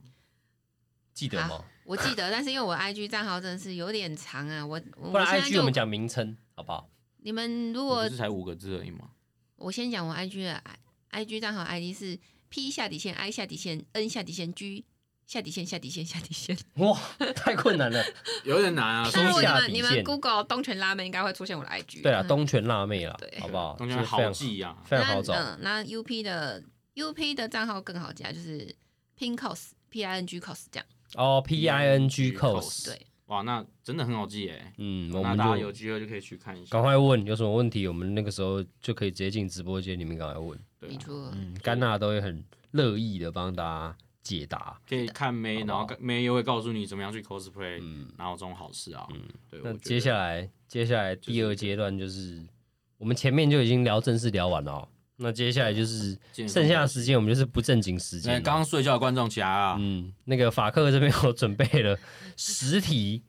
[SPEAKER 2] 记得吗
[SPEAKER 3] 好？我记得，但是因为我 IG 账号真的是有点长啊，我我
[SPEAKER 2] 不然
[SPEAKER 3] 现在
[SPEAKER 2] IG
[SPEAKER 3] 就
[SPEAKER 2] 我们讲名称好不好？
[SPEAKER 3] 你们如
[SPEAKER 1] 你
[SPEAKER 3] 果
[SPEAKER 1] 不是才五个字而已吗？
[SPEAKER 3] 我先讲我 IG 的 I- IG 账号 ID 是 P 下底线 I 下底线 N 下底线 G 下底线下底线下底线。
[SPEAKER 2] 哇， (laughs) 太困难了。
[SPEAKER 1] 有点难啊
[SPEAKER 3] (laughs)
[SPEAKER 2] 松
[SPEAKER 3] 但如果你
[SPEAKER 2] 下
[SPEAKER 3] 们
[SPEAKER 2] 底
[SPEAKER 3] 你
[SPEAKER 2] 线
[SPEAKER 3] 们 Google 东泉拉面应该会出现我的 IG。
[SPEAKER 2] 对了，啊
[SPEAKER 3] 嗯
[SPEAKER 2] 东泉辣妹了，
[SPEAKER 3] 对
[SPEAKER 2] 好不好？
[SPEAKER 1] 中
[SPEAKER 2] 就
[SPEAKER 1] 间
[SPEAKER 2] 是非
[SPEAKER 1] 好
[SPEAKER 2] 常
[SPEAKER 1] 记呀、啊。
[SPEAKER 2] 非常好找。
[SPEAKER 3] 那嗯，那 UP 的 UP 的账号更好加，就是 Pin Cos P I N G Cos 这样。
[SPEAKER 2] 哦，P I N G
[SPEAKER 1] PING
[SPEAKER 2] cos，
[SPEAKER 3] 对，
[SPEAKER 1] 哇，那真的很好记哎。
[SPEAKER 2] 嗯，我
[SPEAKER 1] 那
[SPEAKER 2] 们
[SPEAKER 1] 大家有
[SPEAKER 2] 就
[SPEAKER 1] 机会就可以去看一下
[SPEAKER 2] 赶。快问，有什么问题，我们那个时候就可以直接进直播间里面赶快问。
[SPEAKER 1] 对
[SPEAKER 3] 没
[SPEAKER 1] 啊，
[SPEAKER 3] 错。
[SPEAKER 2] 嗯，甘娜都会很乐意的帮大家解答。
[SPEAKER 1] 可以看妹，
[SPEAKER 2] 好不
[SPEAKER 1] 然
[SPEAKER 2] 好
[SPEAKER 1] 后看妹又会告诉你怎么样去 cosplay，
[SPEAKER 2] 嗯，
[SPEAKER 1] 哪有这种好事啊？对，
[SPEAKER 2] 那
[SPEAKER 1] 我觉得
[SPEAKER 2] 接下来接下来第二
[SPEAKER 1] 就是
[SPEAKER 2] 阶段就是我们前面就已经聊正式聊完了哦，那接下来就是
[SPEAKER 1] 健身
[SPEAKER 2] 剩下的时间我们就是不正经时
[SPEAKER 1] 哎
[SPEAKER 2] 间了。啊
[SPEAKER 1] 刚刚睡觉的观众起来啊，
[SPEAKER 2] 嗯，那个法克这边我准备了十题，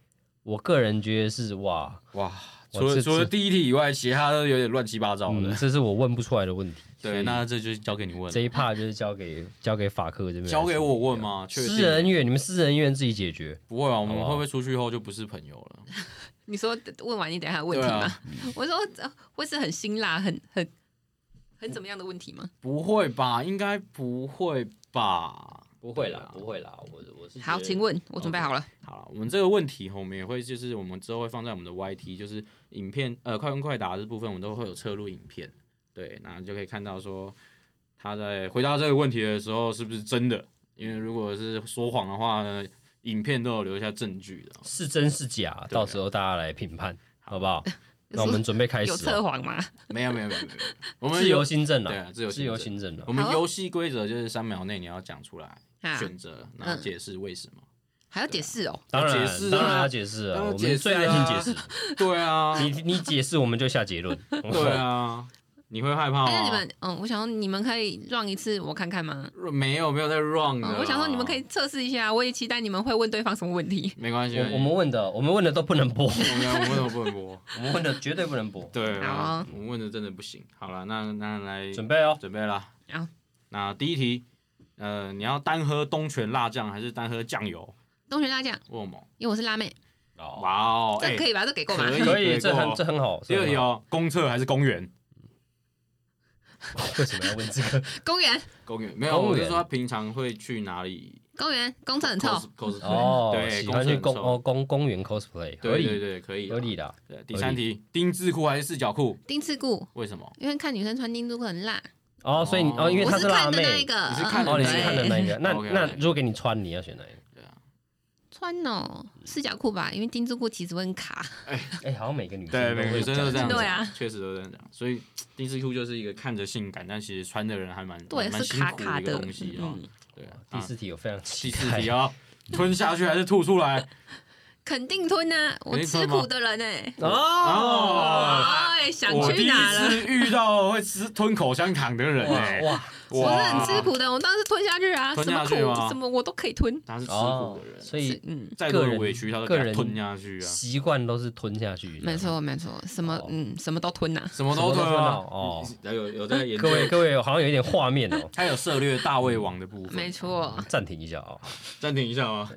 [SPEAKER 2] 我个人觉得是哇，
[SPEAKER 1] 哇，
[SPEAKER 2] 我
[SPEAKER 1] 除了
[SPEAKER 2] 这
[SPEAKER 1] 除了
[SPEAKER 2] 这
[SPEAKER 1] 第一题以外，其他都有点乱七八糟
[SPEAKER 2] 嗯，
[SPEAKER 1] 的。
[SPEAKER 2] 这是我问不出来的问题。所
[SPEAKER 1] 对，
[SPEAKER 2] 以
[SPEAKER 1] 那这就交给你问
[SPEAKER 2] 这，一趴就是交给交给法克这边来
[SPEAKER 1] 交给
[SPEAKER 2] 处理
[SPEAKER 1] 我问吗？确定
[SPEAKER 2] 私人怨，你们私人怨自己解决。
[SPEAKER 1] 不会啊，我们
[SPEAKER 2] 好不好
[SPEAKER 1] 会不会出去后就不是朋友了？
[SPEAKER 3] 你说问完你等一下的问题
[SPEAKER 1] 对
[SPEAKER 3] 吗？
[SPEAKER 1] 啊
[SPEAKER 2] 嗯
[SPEAKER 3] (laughs) 我说呃会是很辛辣、很很很怎么样的问题吗？
[SPEAKER 1] 不会吧？应该不会吧？
[SPEAKER 2] 不
[SPEAKER 1] 会啦不
[SPEAKER 2] 会啦，我我是
[SPEAKER 3] 好，请问我
[SPEAKER 2] 哦
[SPEAKER 3] 准备好了。
[SPEAKER 1] 好了，我们这个问题我们也会就是我们之后会放在我们的 YT，就是影片呃快问快答这部分，我们都会有侧录影片。对，那你就可以看到说他在回答这个问题的时候是不是真的，因为如果是说谎的话呢，影片都有留下证据的。
[SPEAKER 2] 是真是
[SPEAKER 1] 啊
[SPEAKER 2] 假，到时候大家来评判，好不
[SPEAKER 3] (laughs)
[SPEAKER 2] 好？那我们准备开
[SPEAKER 3] 有
[SPEAKER 2] 始
[SPEAKER 3] 测
[SPEAKER 2] 哦。
[SPEAKER 3] 谎吗？ (laughs)
[SPEAKER 1] 没有没有没有没有，我们
[SPEAKER 2] 自由
[SPEAKER 1] 游
[SPEAKER 2] 新政
[SPEAKER 1] 对
[SPEAKER 2] 了，
[SPEAKER 1] 啊自由新
[SPEAKER 2] 自由
[SPEAKER 1] 政
[SPEAKER 2] 新政了
[SPEAKER 1] 我。们游戏规则就是三秒内你要讲出来
[SPEAKER 3] 啊，
[SPEAKER 1] 选择，然后解释为
[SPEAKER 3] (laughs)
[SPEAKER 1] 什么。
[SPEAKER 3] 还要解释哦。
[SPEAKER 2] 当然
[SPEAKER 1] 解释，啊
[SPEAKER 2] 当然要解释啊！
[SPEAKER 1] 当然
[SPEAKER 2] 我
[SPEAKER 1] 解
[SPEAKER 2] 们
[SPEAKER 1] 释
[SPEAKER 2] 最爱听
[SPEAKER 1] 啊
[SPEAKER 2] 解释，
[SPEAKER 1] 对啊，
[SPEAKER 2] 你你解释我们就下结论。
[SPEAKER 1] (laughs) 对啊，你会害怕
[SPEAKER 3] 但是你
[SPEAKER 1] 吗？
[SPEAKER 3] 们，嗯，我想说你们可以 run 一次我看看吗？
[SPEAKER 1] 没有没有在 wrong 的
[SPEAKER 3] 嗯
[SPEAKER 1] 啦、，
[SPEAKER 3] 我想说你们可以测试一下，我也期待你们会问对方什么问 (laughs) 题。
[SPEAKER 1] 没关系，
[SPEAKER 2] 我我们问的，我们问的都不能播，
[SPEAKER 1] 我
[SPEAKER 2] (laughs)
[SPEAKER 1] 们我们不能
[SPEAKER 3] (laughs)
[SPEAKER 1] 播，
[SPEAKER 2] 我们问的绝对不能播。
[SPEAKER 1] 对，
[SPEAKER 3] 好啊
[SPEAKER 1] 我们问的真的不行。好了，那那来
[SPEAKER 2] 准备哦，
[SPEAKER 1] 准备啦。
[SPEAKER 3] 好，
[SPEAKER 1] 那第一题，呃，你要单喝东泉辣酱还是单喝酱油？
[SPEAKER 3] 东泉辣酱，
[SPEAKER 1] 问我，
[SPEAKER 3] 因为我是辣妹，
[SPEAKER 2] 哇，
[SPEAKER 1] 哇哦，
[SPEAKER 3] 这
[SPEAKER 1] 哎，
[SPEAKER 3] 可以吧？这给过吗？
[SPEAKER 1] 可以
[SPEAKER 2] 可以，
[SPEAKER 1] 可以
[SPEAKER 2] 这
[SPEAKER 1] 过
[SPEAKER 2] 很
[SPEAKER 1] 哦
[SPEAKER 2] 这很好。
[SPEAKER 1] 第二
[SPEAKER 2] 这
[SPEAKER 1] 题
[SPEAKER 2] 很好，
[SPEAKER 1] 哦，公厕还是公园？哦
[SPEAKER 2] 为什么要问这
[SPEAKER 1] (laughs)
[SPEAKER 2] 个？
[SPEAKER 3] (laughs) 公园，
[SPEAKER 1] 公园没有，
[SPEAKER 2] 公园
[SPEAKER 1] 我是说他平常会去哪里
[SPEAKER 3] 公园，公厕很臭。
[SPEAKER 1] cos cos (laughs)
[SPEAKER 2] 哦，
[SPEAKER 1] 对，
[SPEAKER 2] 喜欢去公
[SPEAKER 1] 厕很
[SPEAKER 2] 哦
[SPEAKER 1] 臭，
[SPEAKER 2] 公公园 cosplay，合
[SPEAKER 1] 对对
[SPEAKER 2] 理
[SPEAKER 1] 对，可以
[SPEAKER 2] 合理。的。
[SPEAKER 1] 对，第三题，丁字裤还是四角裤？
[SPEAKER 3] 丁字裤，
[SPEAKER 1] 为什么？
[SPEAKER 3] 因为看女生穿丁字裤很辣。
[SPEAKER 2] 哦，所以你
[SPEAKER 1] 哦
[SPEAKER 2] 哦，因为
[SPEAKER 3] 我
[SPEAKER 2] 她
[SPEAKER 3] 是
[SPEAKER 2] 辣
[SPEAKER 3] 看的
[SPEAKER 2] 妹，
[SPEAKER 3] 那一个，
[SPEAKER 1] 你是看
[SPEAKER 3] 嗯
[SPEAKER 1] 的
[SPEAKER 2] 哦，你是
[SPEAKER 1] 那一
[SPEAKER 2] 看的
[SPEAKER 1] 个
[SPEAKER 2] 那一个。那
[SPEAKER 1] OK，OK
[SPEAKER 2] 那如果给你穿，你要选哪一个？
[SPEAKER 3] 穿哦，四角裤吧，因为丁字裤其实会很卡。
[SPEAKER 1] 哦
[SPEAKER 2] 哎、好像每个女
[SPEAKER 1] 对
[SPEAKER 2] 生都
[SPEAKER 1] 每个
[SPEAKER 2] 会
[SPEAKER 1] 女生都
[SPEAKER 2] 有
[SPEAKER 1] 这样嗯讲，
[SPEAKER 2] 子
[SPEAKER 3] 对啊
[SPEAKER 1] 确实都这样讲。所以丁字裤就是一个看着性感，但其实穿的人还蛮
[SPEAKER 3] 对
[SPEAKER 1] 蛮
[SPEAKER 3] 是
[SPEAKER 1] 辛
[SPEAKER 3] 卡
[SPEAKER 1] 苦
[SPEAKER 3] 卡
[SPEAKER 1] 一个
[SPEAKER 3] 的嗯
[SPEAKER 1] 东西啊。对啊，
[SPEAKER 2] 第
[SPEAKER 1] 啊
[SPEAKER 2] 四题我非常期
[SPEAKER 1] 第四
[SPEAKER 2] 待
[SPEAKER 1] 题，哦，吞下去还是吐出来？
[SPEAKER 3] 肯定吞啊，我
[SPEAKER 1] 肯定
[SPEAKER 3] 吃
[SPEAKER 1] 吞吗
[SPEAKER 3] 苦的人哎、
[SPEAKER 1] 哦
[SPEAKER 3] 哎，想
[SPEAKER 1] 我第
[SPEAKER 3] 去
[SPEAKER 1] 一
[SPEAKER 3] 哪了？
[SPEAKER 1] 次遇到会吃吞口香糖的人哎，
[SPEAKER 2] 哇，
[SPEAKER 3] 我是很吃
[SPEAKER 1] 哇，
[SPEAKER 3] 苦的，我当时吞下去啊，
[SPEAKER 1] 吞
[SPEAKER 3] 什
[SPEAKER 1] 下
[SPEAKER 3] 么
[SPEAKER 1] 去吗
[SPEAKER 3] 苦什么我都可以吞。
[SPEAKER 1] 他是吃苦
[SPEAKER 2] 哦
[SPEAKER 1] 的，人，
[SPEAKER 2] 所以
[SPEAKER 3] 嗯，
[SPEAKER 1] 再多
[SPEAKER 2] 个
[SPEAKER 1] 的
[SPEAKER 2] 人
[SPEAKER 1] 委屈他都
[SPEAKER 2] 个
[SPEAKER 1] 给他
[SPEAKER 2] 人
[SPEAKER 1] 吞下去啊，
[SPEAKER 2] 习惯都是吞下去。
[SPEAKER 3] 没，错没错，什么
[SPEAKER 2] 哦
[SPEAKER 3] 嗯什么都吞呐、
[SPEAKER 1] 什么
[SPEAKER 2] 什么
[SPEAKER 1] 都
[SPEAKER 2] 都
[SPEAKER 1] 吞
[SPEAKER 2] 吞
[SPEAKER 1] 啊
[SPEAKER 2] 了哦。
[SPEAKER 1] 有有在研究
[SPEAKER 2] 各，位各位，好像有一点画面 (laughs) 哦，
[SPEAKER 1] 他有涉略大胃王的部分，
[SPEAKER 3] 没错。
[SPEAKER 2] 暂停一下哦，
[SPEAKER 1] 暂停一下吗？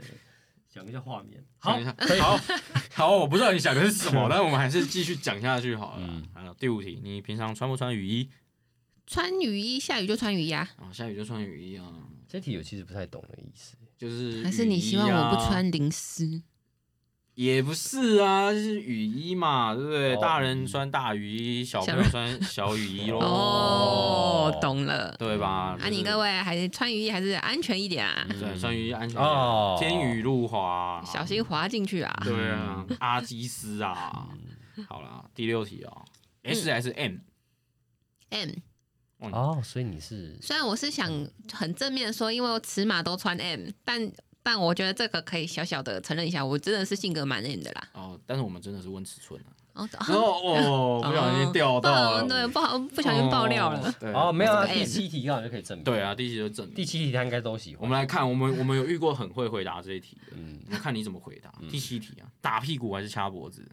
[SPEAKER 2] 想一下画面。
[SPEAKER 1] 想
[SPEAKER 2] 好
[SPEAKER 1] 一，下
[SPEAKER 2] 可以
[SPEAKER 1] 好好，我不知道你想的是什 (laughs) 么，但我们还是继续讲下去好了
[SPEAKER 2] 嗯。
[SPEAKER 1] 还有第五题，你平常穿不穿雨衣？
[SPEAKER 3] 穿雨衣，下雨就穿雨衣啊。
[SPEAKER 1] 啊，下雨就穿雨衣啊，
[SPEAKER 2] 这题我其实不太懂的意思。
[SPEAKER 1] 就是、啊
[SPEAKER 3] 还是你希望我不？穿淋湿？
[SPEAKER 1] 也不是啊，就是雨衣嘛，对不对？
[SPEAKER 2] 哦
[SPEAKER 1] 大人穿大雨衣，小朋友 (laughs) 穿小雨衣
[SPEAKER 2] 哦
[SPEAKER 1] 咯，
[SPEAKER 3] 哦，懂了。
[SPEAKER 1] 对吧？
[SPEAKER 3] 啊，你各
[SPEAKER 1] 位，
[SPEAKER 3] 位还是穿雨衣还是安全一点啊，
[SPEAKER 1] 对，穿雨衣安全
[SPEAKER 2] 哦
[SPEAKER 1] 嗯哦，天雨路滑，啊
[SPEAKER 3] 小心滑进去啊。
[SPEAKER 1] 对 (laughs) 啊，阿基斯啊，
[SPEAKER 2] 嗯
[SPEAKER 1] 好啦，第六题哦，S
[SPEAKER 3] 嗯
[SPEAKER 1] 还是 M？
[SPEAKER 3] M，
[SPEAKER 2] 哦，所以你是
[SPEAKER 3] 虽然我是想很正面地说，因为我尺码都穿 M，但但我觉得这个可以小小的承认一下，我真的是性格蛮 M 的啦。
[SPEAKER 1] 哦，但是我们真的是问尺寸啊，
[SPEAKER 3] 哦，
[SPEAKER 1] 然后
[SPEAKER 3] (laughs)
[SPEAKER 1] 哦，不小心掉到了，
[SPEAKER 3] 哦对，不好不小心爆料了
[SPEAKER 1] 哦。。对
[SPEAKER 2] 哦，没有啊，
[SPEAKER 3] 这个
[SPEAKER 2] 第七题好像就可以证明。
[SPEAKER 1] 对，啊，第一题就正
[SPEAKER 2] 第
[SPEAKER 1] 面。
[SPEAKER 2] 七题他应该都喜
[SPEAKER 1] 我
[SPEAKER 2] 欢。
[SPEAKER 1] 们来看，我们我们有遇过很会回答这一题的，
[SPEAKER 2] 嗯，
[SPEAKER 1] 我们看你怎么回答。第七题啊，打屁股还是掐脖子？